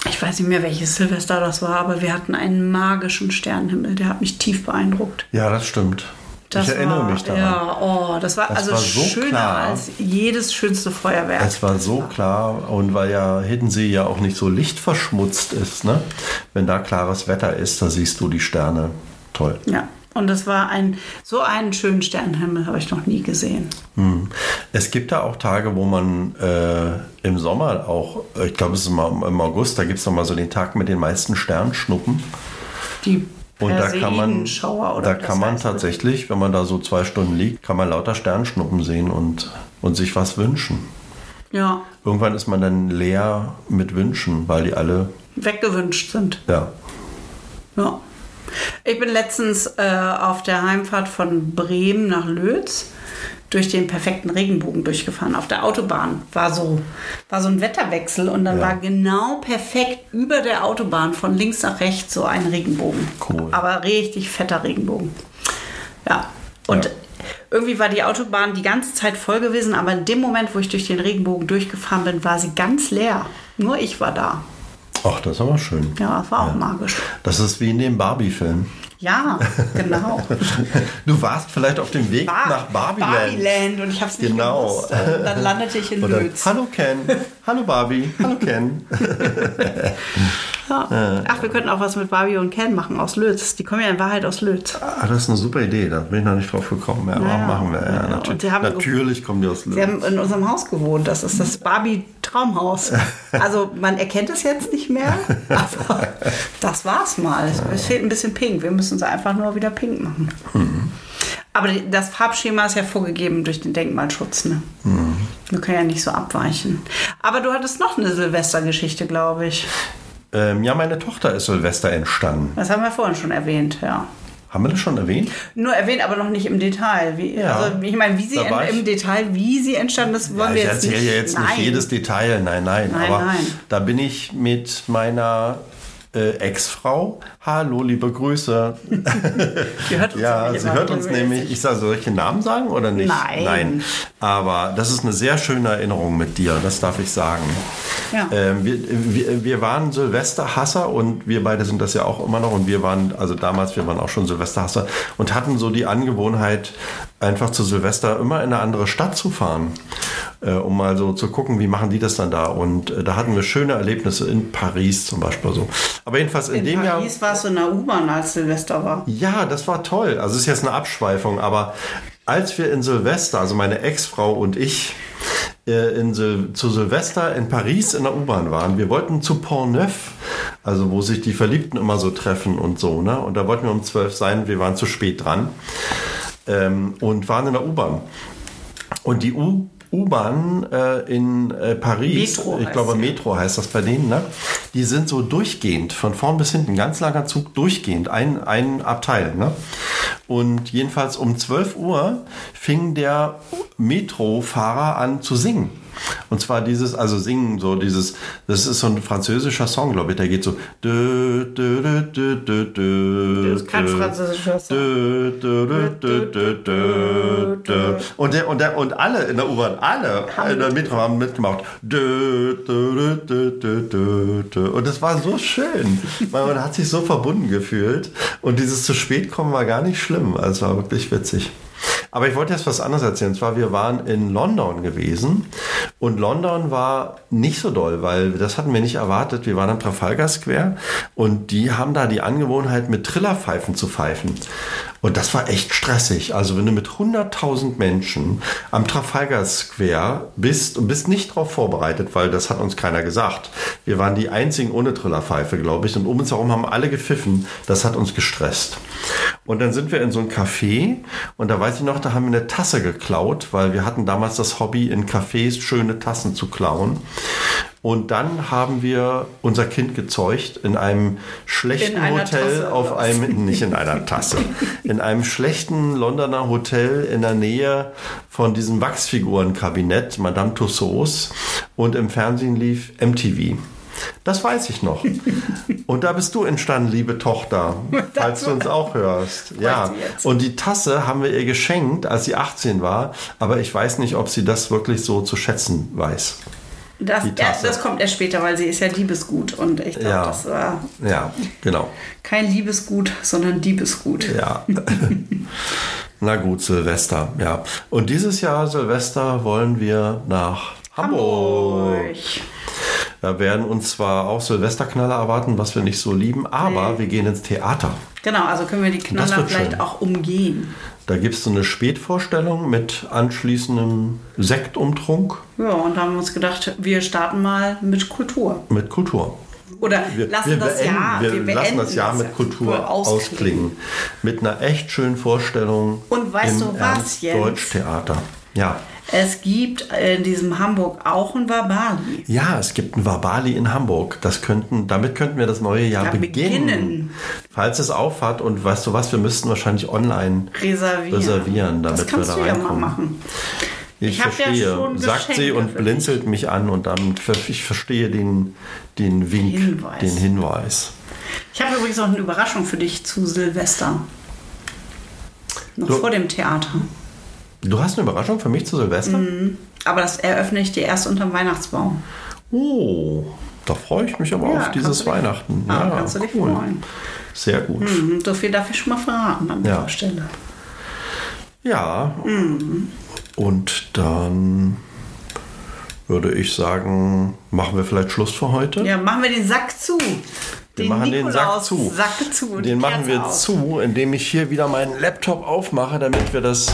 Speaker 1: ich weiß nicht mehr, welches Silvester das war, aber wir hatten einen magischen Sternenhimmel, der hat mich tief beeindruckt.
Speaker 2: Ja, das stimmt.
Speaker 1: Das
Speaker 2: ich erinnere
Speaker 1: war,
Speaker 2: mich daran.
Speaker 1: Ja, oh, das war
Speaker 2: Das
Speaker 1: also
Speaker 2: war so
Speaker 1: schöner
Speaker 2: klar.
Speaker 1: als jedes schönste Feuerwerk.
Speaker 2: Es war so klar und weil ja Hiddensee ja auch nicht so lichtverschmutzt ist, ne? Wenn da klares Wetter ist, da siehst du die Sterne. Toll.
Speaker 1: Ja. Und das war ein, so einen schönen Sternenhimmel habe ich noch nie gesehen.
Speaker 2: Hm. Es gibt da auch Tage, wo man äh, im Sommer auch, ich glaube, es ist mal im August, da gibt es mal so den Tag mit den meisten Sternschnuppen.
Speaker 1: Die
Speaker 2: Und da kann man,
Speaker 1: Perseidschauer oder
Speaker 2: da
Speaker 1: wie das
Speaker 2: kann man
Speaker 1: heißt.
Speaker 2: tatsächlich, wenn man da so zwei Stunden liegt, kann man lauter Sternschnuppen sehen und, und sich was wünschen.
Speaker 1: Ja,
Speaker 2: Irgendwann ist man dann leer mit Wünschen, weil die alle,
Speaker 1: weggewünscht sind.
Speaker 2: ja,
Speaker 1: Ja. Ich bin letztens äh, auf der Heimfahrt von Bremen nach Lötz durch den perfekten Regenbogen durchgefahren. Auf der Autobahn war so, war so ein Wetterwechsel und dann
Speaker 2: Ja.
Speaker 1: war genau perfekt über der Autobahn von links nach rechts so ein Regenbogen.
Speaker 2: Cool.
Speaker 1: Aber richtig fetter Regenbogen. Ja. Und
Speaker 2: Ja.
Speaker 1: irgendwie war die Autobahn die ganze Zeit voll gewesen, aber in dem Moment, wo ich durch den Regenbogen durchgefahren bin, war sie ganz leer. Nur ich war da.
Speaker 2: ach, das ist aber schön.
Speaker 1: Ja, war auch magisch.
Speaker 2: Das ist wie in dem Barbie-Film.
Speaker 1: Ja, genau.
Speaker 2: Du warst vielleicht auf dem Weg
Speaker 1: Bar
Speaker 2: nach Barbieland.
Speaker 1: Barbieland und ich habe es nicht
Speaker 2: Genau.
Speaker 1: gewusst. Und dann landete ich in
Speaker 2: Und dann,
Speaker 1: Lötz.
Speaker 2: hallo Ken, hallo Barbie, hallo Ken.
Speaker 1: Ja. Ach, wir könnten auch was mit Barbie und Ken machen aus Lötz. Die kommen ja in Wahrheit aus Lötz.
Speaker 2: Ah, das ist eine super Idee, da bin ich noch nicht drauf gekommen. Ja,
Speaker 1: Ja.
Speaker 2: machen wir. Ja,
Speaker 1: Ja, und
Speaker 2: natürlich
Speaker 1: sie haben-
Speaker 2: natürlich kommen die aus
Speaker 1: Sie
Speaker 2: Löwen.
Speaker 1: haben in unserem Haus gewohnt. Das ist das Barbie-Traumhaus. Also man erkennt es jetzt nicht mehr, aber das war's mal. Es, es fehlt ein bisschen Pink. Wir müssen es einfach nur wieder Pink machen.
Speaker 2: Mhm.
Speaker 1: Aber die- das Farbschema ist ja vorgegeben durch den Denkmalschutz. Ne?
Speaker 2: Mhm.
Speaker 1: Wir können ja nicht so abweichen. Aber du hattest noch eine Silvestergeschichte, glaube ich.
Speaker 2: Ähm, ja, meine Tochter ist Silvester entstanden.
Speaker 1: Das haben wir vorhin schon erwähnt, ja.
Speaker 2: Haben wir das schon erwähnt?
Speaker 1: Nur erwähnt, aber noch nicht im Detail. Wie,
Speaker 2: Ja.
Speaker 1: also, ich meine, wie sie
Speaker 2: Da war
Speaker 1: en-
Speaker 2: ich-
Speaker 1: im Detail, wie sie entstanden ist, wollen wir
Speaker 2: ich
Speaker 1: jetzt nicht.
Speaker 2: erzähle ja jetzt nicht
Speaker 1: Nein.
Speaker 2: jedes Detail, nein, nein.
Speaker 1: Nein,
Speaker 2: aber
Speaker 1: nein.
Speaker 2: da bin ich mit meiner äh, Ex-Frau. Hallo, liebe Grüße.
Speaker 1: Sie hört uns
Speaker 2: Ja,
Speaker 1: nämlich
Speaker 2: sie
Speaker 1: immer
Speaker 2: hört uns
Speaker 1: regelmäßig.
Speaker 2: nämlich. Ich sage, soll ich den Namen sagen oder nicht?
Speaker 1: Nein.
Speaker 2: Nein. Aber das ist eine sehr schöne Erinnerung mit dir, das darf ich sagen.
Speaker 1: Ja.
Speaker 2: Ähm, wir, wir, wir waren Silvesterhasser und wir beide sind das ja auch immer noch. Und wir waren, also damals, wir waren auch schon Silvesterhasser und hatten so die Angewohnheit, einfach zu Silvester immer in eine andere Stadt zu fahren, äh, um mal so zu gucken, wie machen die das dann da. Und äh, da hatten wir schöne Erlebnisse in Paris zum Beispiel so. Aber jedenfalls in,
Speaker 1: In
Speaker 2: dem Jahr.
Speaker 1: Paris warst du in der U-Bahn, als Silvester war.
Speaker 2: Ja, das war toll. Also es ist jetzt eine Abschweifung, aber als wir in Silvester, also meine Ex-Frau und ich, äh, in Sil zu Silvester in Paris in der U-Bahn waren, wir wollten zu Portneuf, also wo sich die Verliebten immer so treffen und so, ne? Und da wollten wir um 12 sein, wir waren zu spät dran ähm, und waren in der U-Bahn. Und die U- U-Bahn äh, in äh, Paris,
Speaker 1: Metro
Speaker 2: ich
Speaker 1: heißt
Speaker 2: glaube
Speaker 1: sie.
Speaker 2: Metro heißt das bei denen, ne? die sind so durchgehend, von vorn bis hinten, ganz langer Zug durchgehend, ein, ein Abteil. Ne? Und jedenfalls um 12 Uhr fing der Metrofahrer an zu singen. Und zwar dieses, also singen, so dieses, das ist so ein französischer Song, glaube ich, der geht so. Dö, dö, dö, dö, dö, dö,
Speaker 1: Das ist kein
Speaker 2: dö.
Speaker 1: französischer Song.
Speaker 2: Dö, dö, dö, dö, dö, dö, dö. Und, der, und, der, und alle in der U-Bahn, alle in der Metro haben mitgemacht. Dö, dö, dö, dö, dö, dö. Und das war so schön, weil man hat sich so verbunden gefühlt. Und dieses zu spät kommen war gar nicht schlimm. Also es war wirklich witzig. Aber ich wollte jetzt was anderes erzählen. Und zwar, wir waren in London gewesen. Und London war nicht so doll, weil das hatten wir nicht erwartet. Wir waren am Trafalgar Square und die haben da die Angewohnheit, mit Trillerpfeifen zu pfeifen. Und das war echt stressig. Also, wenn du mit 100.000 Menschen am Trafalgar Square bist und bist nicht darauf vorbereitet, weil das hat uns keiner gesagt. Wir waren die einzigen ohne Trillerpfeife, glaube ich. Und um uns herum haben alle gepfiffen. Das hat uns gestresst. Und dann sind wir in so ein Café und da weiß ich noch, da haben wir eine Tasse geklaut, weil wir hatten damals das Hobby, in Cafés schöne Tassen zu klauen. Und dann haben wir unser Kind gezeugt in einem schlechten
Speaker 1: In einer
Speaker 2: Hotel
Speaker 1: Tasse,
Speaker 2: auf
Speaker 1: oder was?
Speaker 2: einem, nicht in einer Tasse, in einem schlechten Londoner Hotel in der Nähe von diesem Wachsfigurenkabinett Madame Tussauds und im Fernsehen lief MTV. Das weiß ich noch. Und da bist du entstanden, liebe Tochter, falls du uns auch hörst. Ja.
Speaker 1: sie jetzt.
Speaker 2: Und die Tasse haben wir ihr geschenkt, als sie 18 war, aber ich weiß nicht, ob sie das wirklich so zu schätzen weiß.
Speaker 1: Das,
Speaker 2: Die Tasse.
Speaker 1: äh, das kommt erst später, weil sie ist ja Liebesgut. Und ich glaube,
Speaker 2: Ja.
Speaker 1: das war
Speaker 2: Ja, genau.
Speaker 1: kein Liebesgut, sondern Diebesgut.
Speaker 2: Ja. Na gut, Silvester, ja. Und dieses Jahr Silvester wollen wir nach Hamburg.
Speaker 1: Hamburg.
Speaker 2: Da werden uns zwar auch Silvesterknaller erwarten, was wir nicht so lieben, aber wir gehen ins Theater.
Speaker 1: Genau, also können wir die
Speaker 2: Das
Speaker 1: Knaller
Speaker 2: wird
Speaker 1: vielleicht
Speaker 2: schön.
Speaker 1: auch umgehen.
Speaker 2: Da gibt es so eine Spätvorstellung mit anschließendem Sektumtrunk
Speaker 1: Ja, und haben uns gedacht, wir starten mal mit Kultur.
Speaker 2: mit Kultur.
Speaker 1: Oder
Speaker 2: Wir,
Speaker 1: lassen
Speaker 2: wir,
Speaker 1: das
Speaker 2: beenden,
Speaker 1: Jahr.
Speaker 2: wir, lassen
Speaker 1: beenden
Speaker 2: das Jahr mit
Speaker 1: Jahr
Speaker 2: Kultur ausklingen. Mit einer echt schönen Vorstellung.
Speaker 1: Und weißt
Speaker 2: im
Speaker 1: du was,
Speaker 2: Ernst
Speaker 1: Jens?
Speaker 2: Deutschtheater. Ja.
Speaker 1: Es gibt in diesem Hamburg auch ein Wabali.
Speaker 2: Ja, es gibt ein Wabali in Hamburg. Das könnten, damit könnten wir das neue Jahr
Speaker 1: Ja,
Speaker 2: beginnen.
Speaker 1: beginnen.
Speaker 2: Falls es aufhat und weißt du was, wir müssten wahrscheinlich online
Speaker 1: Reservieren.
Speaker 2: reservieren, damit
Speaker 1: das kannst
Speaker 2: wir da
Speaker 1: du ja mal
Speaker 2: reinkommen.
Speaker 1: machen.
Speaker 2: Ich,
Speaker 1: Ich hab ja
Speaker 2: verstehe,
Speaker 1: schon
Speaker 2: sagt sie
Speaker 1: Geschenke
Speaker 2: und
Speaker 1: für dich.
Speaker 2: blinzelt mich an und dann ver ich verstehe den, den Wink,
Speaker 1: Hinweis.
Speaker 2: den Hinweis.
Speaker 1: Ich habe übrigens noch eine Überraschung für dich zu Silvester. Noch
Speaker 2: Du-
Speaker 1: vor dem Theater.
Speaker 2: Du hast eine Überraschung für mich zu Silvester?
Speaker 1: Mm. Aber das eröffne ich dir erst unterm Weihnachtsbaum.
Speaker 2: Oh, da freue ich mich aber
Speaker 1: Ja,
Speaker 2: auf
Speaker 1: kannst
Speaker 2: dieses
Speaker 1: du dich-
Speaker 2: Weihnachten.
Speaker 1: Ah,
Speaker 2: ja,
Speaker 1: kannst du dich
Speaker 2: cool.
Speaker 1: freuen.
Speaker 2: Sehr gut.
Speaker 1: Mhm, So viel darf ich schon mal verraten an
Speaker 2: Ja.
Speaker 1: dieser Stelle.
Speaker 2: Ja.
Speaker 1: Mhm.
Speaker 2: Und dann würde ich sagen, machen wir vielleicht Schluss für heute.
Speaker 1: Ja, machen wir den Sack zu.
Speaker 2: Wir machen den Sack zu.
Speaker 1: Sack zu und die
Speaker 2: Den machen
Speaker 1: Kerze
Speaker 2: wir
Speaker 1: aus.
Speaker 2: zu, indem ich hier wieder meinen Laptop aufmache, damit wir das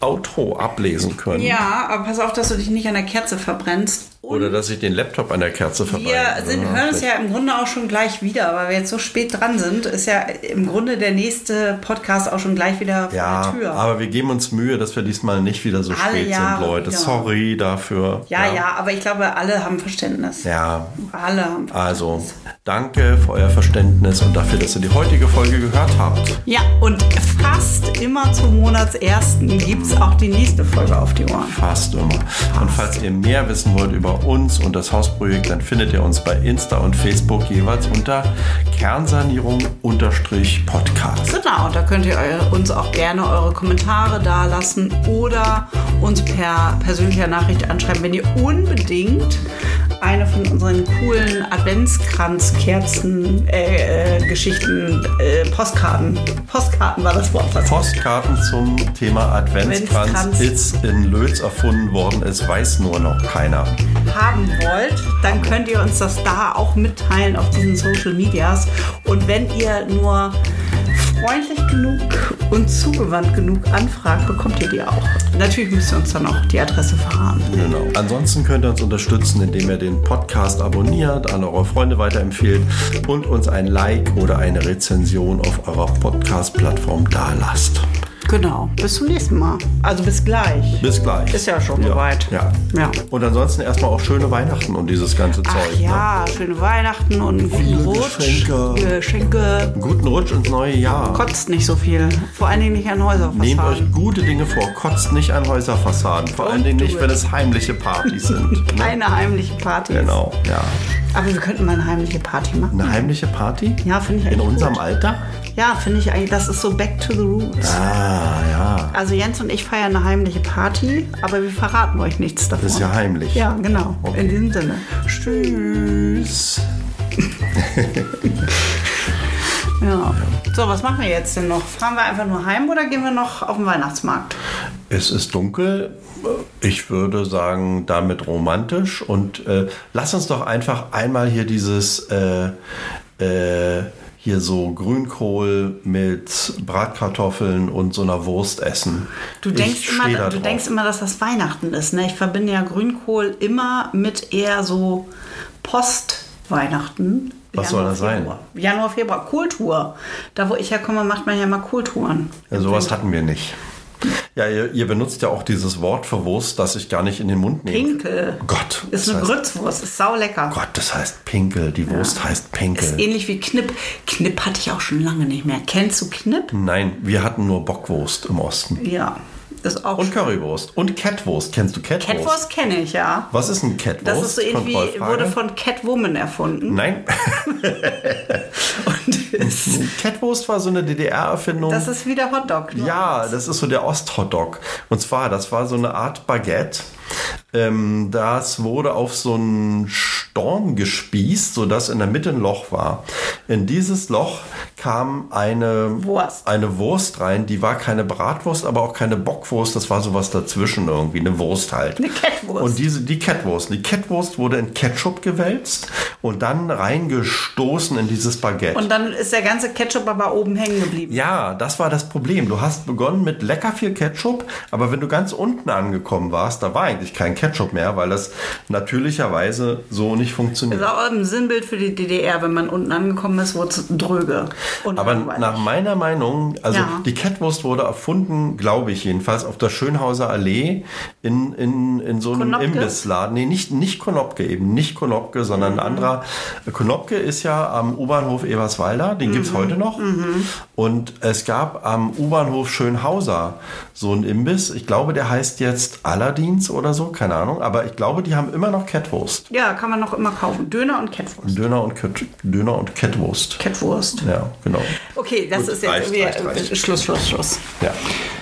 Speaker 2: Outro ablesen können.
Speaker 1: Ja, aber pass auf, dass du dich nicht an der Kerze verbrennst. Und
Speaker 2: Oder dass ich den Laptop an der Kerze verbrenne.
Speaker 1: wir sind, hören es ja im Grunde auch schon gleich wieder, weil wir jetzt so spät dran sind, ist ja im Grunde der nächste Podcast auch schon gleich wieder vor
Speaker 2: Ja,
Speaker 1: der Tür.
Speaker 2: aber wir geben uns Mühe, dass wir diesmal nicht wieder so
Speaker 1: Alle
Speaker 2: spät
Speaker 1: Jahre
Speaker 2: sind, Leute.
Speaker 1: wieder.
Speaker 2: Sorry dafür.
Speaker 1: ja, ja, aber ich glaube, alle haben Verständnis.
Speaker 2: Ja,
Speaker 1: Alle haben Verständnis.
Speaker 2: also danke für euer Verständnis und dafür, dass ihr die heutige Folge gehört habt.
Speaker 1: Ja, und fast immer zum Monatsersten gibt es auch die nächste Folge auf die Ohren.
Speaker 2: Fast immer. Und falls ihr mehr wissen wollt über uns und das Hausprojekt, dann findet ihr uns bei Insta und Facebook jeweils unter Kernsanierung-Podcast.
Speaker 1: Genau, und da könnt ihr eu- uns auch gerne eure Kommentare dalassen oder uns per persönlicher Nachricht anschreiben, wenn ihr unbedingt eine von unseren coolen Adventskranzkerzen, äh, äh, Geschichten, äh, Postkarten, Postkarten war das Wort. was-
Speaker 2: Postkarten zum Thema Adventskranz,
Speaker 1: Adventskranz.
Speaker 2: ist in Lötz erfunden worden. Es weiß nur noch keiner.
Speaker 1: haben wollt, dann könnt ihr uns das da auch mitteilen auf diesen Social Medias. Und wenn ihr nur freundlich genug und zugewandt genug anfragt, bekommt ihr die auch. Natürlich müsst ihr uns dann auch die Adresse verraten.
Speaker 2: Genau. Ansonsten könnt ihr uns unterstützen, indem ihr den Podcast abonniert, an eure Freunde weiterempfehlt und uns ein Like oder eine Rezension auf eurer Podcast-Plattform dalasst.
Speaker 1: Genau. Bis zum nächsten Mal. Also bis gleich.
Speaker 2: Bis gleich.
Speaker 1: Ist ja schon soweit.
Speaker 2: Ja.
Speaker 1: Ja.
Speaker 2: Und ansonsten erstmal auch schöne Weihnachten und dieses ganze Zeug. ne?
Speaker 1: Ach ja, schöne Weihnachten und einen guten
Speaker 2: Viele
Speaker 1: Rutsch.
Speaker 2: Geschenke.
Speaker 1: Geschenke.
Speaker 2: Ne? Guten Rutsch ins neue Jahr.
Speaker 1: Kotzt nicht so viel. Vor allen Dingen nicht an Häuser.
Speaker 2: Nehmt euch gute Dinge vor. Kotzt nicht an Häuserfassaden. Vor allen Dingen
Speaker 1: do
Speaker 2: nicht,
Speaker 1: it.
Speaker 2: wenn es heimliche Partys sind. Ne?
Speaker 1: Keine heimliche Party.
Speaker 2: Genau, ja.
Speaker 1: Aber wir könnten mal eine heimliche Party machen.
Speaker 2: Eine heimliche Party?
Speaker 1: Ja, finde ich
Speaker 2: In
Speaker 1: eigentlich
Speaker 2: unserem
Speaker 1: gut.
Speaker 2: Alter?
Speaker 1: Ja, finde ich eigentlich, das ist so back to the roots.
Speaker 2: Ah, ja.
Speaker 1: Also Jens und ich feiern eine heimliche Party, aber wir verraten euch nichts davon.
Speaker 2: Das ist ja heimlich.
Speaker 1: Ja, genau.
Speaker 2: Okay.
Speaker 1: In diesem Sinne.
Speaker 2: Tschüss.
Speaker 1: Ja. So, was machen wir jetzt denn noch? Fahren wir einfach nur heim oder gehen wir noch auf den Weihnachtsmarkt?
Speaker 2: Es ist dunkel. Ich würde sagen, damit romantisch. Und äh, lass uns doch einfach einmal hier dieses äh, äh, hier so Grünkohl mit Bratkartoffeln und so einer Wurst essen.
Speaker 1: Du
Speaker 2: Ich
Speaker 1: denkst,
Speaker 2: steh
Speaker 1: immer,
Speaker 2: da
Speaker 1: du
Speaker 2: drauf.
Speaker 1: denkst immer, dass das Weihnachten ist. Ne? Ich verbinde ja Grünkohl immer mit eher so Post-Weihnachten.
Speaker 2: Was soll das sein?
Speaker 1: Februar. Januar, Februar. Kultur. Da, wo ich herkomme, macht man ja mal Kulturen.
Speaker 2: Ja, sowas hatten wir nicht. Ja, ihr, ihr benutzt ja auch dieses Wort für Wurst, das ich gar nicht in den Mund nehme.
Speaker 1: Pinkel.
Speaker 2: Gott.
Speaker 1: Ist
Speaker 2: das
Speaker 1: eine
Speaker 2: heißt,
Speaker 1: Grützwurst. Ist saulecker.
Speaker 2: Gott, das heißt Pinkel. Die Wurst heißt Pinkel.
Speaker 1: Ist ähnlich wie Knipp. Knipp hatte ich auch schon lange nicht mehr. Kennst du Knipp?
Speaker 2: Nein, wir hatten nur Bockwurst im Osten.
Speaker 1: Ja. Ist auch.
Speaker 2: Und Currywurst. Und Catwurst. Kennst du Catwurst?
Speaker 1: Catwurst kenne ich, ja.
Speaker 2: Was ist ein Catwurst?
Speaker 1: Das ist so ähnlich wie,
Speaker 2: Kontrollfrage.
Speaker 1: wurde von Catwoman erfunden.
Speaker 2: Nein,
Speaker 1: Und ist,
Speaker 2: Catwurst war so eine DDR-Erfindung.
Speaker 1: das ist wieder Hotdog. ne?
Speaker 2: Ja, das ist so der Osthotdog. Und zwar, das war so eine Art Baguette. Ähm, das wurde auf so einen Storn gespießt, sodass in der Mitte ein Loch war. In dieses Loch kam eine
Speaker 1: Wurst.
Speaker 2: eine Wurst rein, die war keine Bratwurst, aber auch keine Bockwurst, das war sowas dazwischen irgendwie, eine Wurst halt.
Speaker 1: Eine Catwurst.
Speaker 2: Und diese, die Catwurst, die Catwurst wurde in Ketchup gewälzt und dann reingestoßen in dieses Baguette.
Speaker 1: Und dann ist der ganze Ketchup aber oben hängen geblieben.
Speaker 2: Ja, das war das Problem. Du hast begonnen mit lecker viel Ketchup, aber wenn du ganz unten angekommen warst, da war eigentlich kein Ketchup mehr, weil das natürlicherweise so nicht funktioniert.
Speaker 1: Das ist auch ein Sinnbild für die DDR. Wenn man unten angekommen ist, wurde es dröge. Und
Speaker 2: Aber
Speaker 1: langweilig.
Speaker 2: nach meiner Meinung, also
Speaker 1: Ja.
Speaker 2: die Catwurst wurde erfunden, glaube ich jedenfalls, auf der Schönhauser Allee in, in, in so einem
Speaker 1: Konopke?
Speaker 2: Imbissladen. Nee, nicht, nicht Konopke eben, nicht Konopke, sondern
Speaker 1: Mhm.
Speaker 2: ein anderer. Konopke ist ja am U-Bahnhof Eberswalder, den gibt's
Speaker 1: Mhm.
Speaker 2: heute noch. Und es gab am U-Bahnhof Schönhauser so einen Imbiss. Ich glaube, der heißt jetzt Aladins oder so, keine Ahnung. Aber ich glaube, die haben immer noch Catwurst.
Speaker 1: ja, kann man noch immer kaufen. Döner und Catwurst.
Speaker 2: Döner und, Cat, Döner und Catwurst.
Speaker 1: Catwurst.
Speaker 2: Ja, genau.
Speaker 1: Okay, das
Speaker 2: Gut,
Speaker 1: ist jetzt
Speaker 2: reicht,
Speaker 1: irgendwie äh,
Speaker 2: reicht, reicht.
Speaker 1: Schluss, Schluss, Schluss.
Speaker 2: Ja.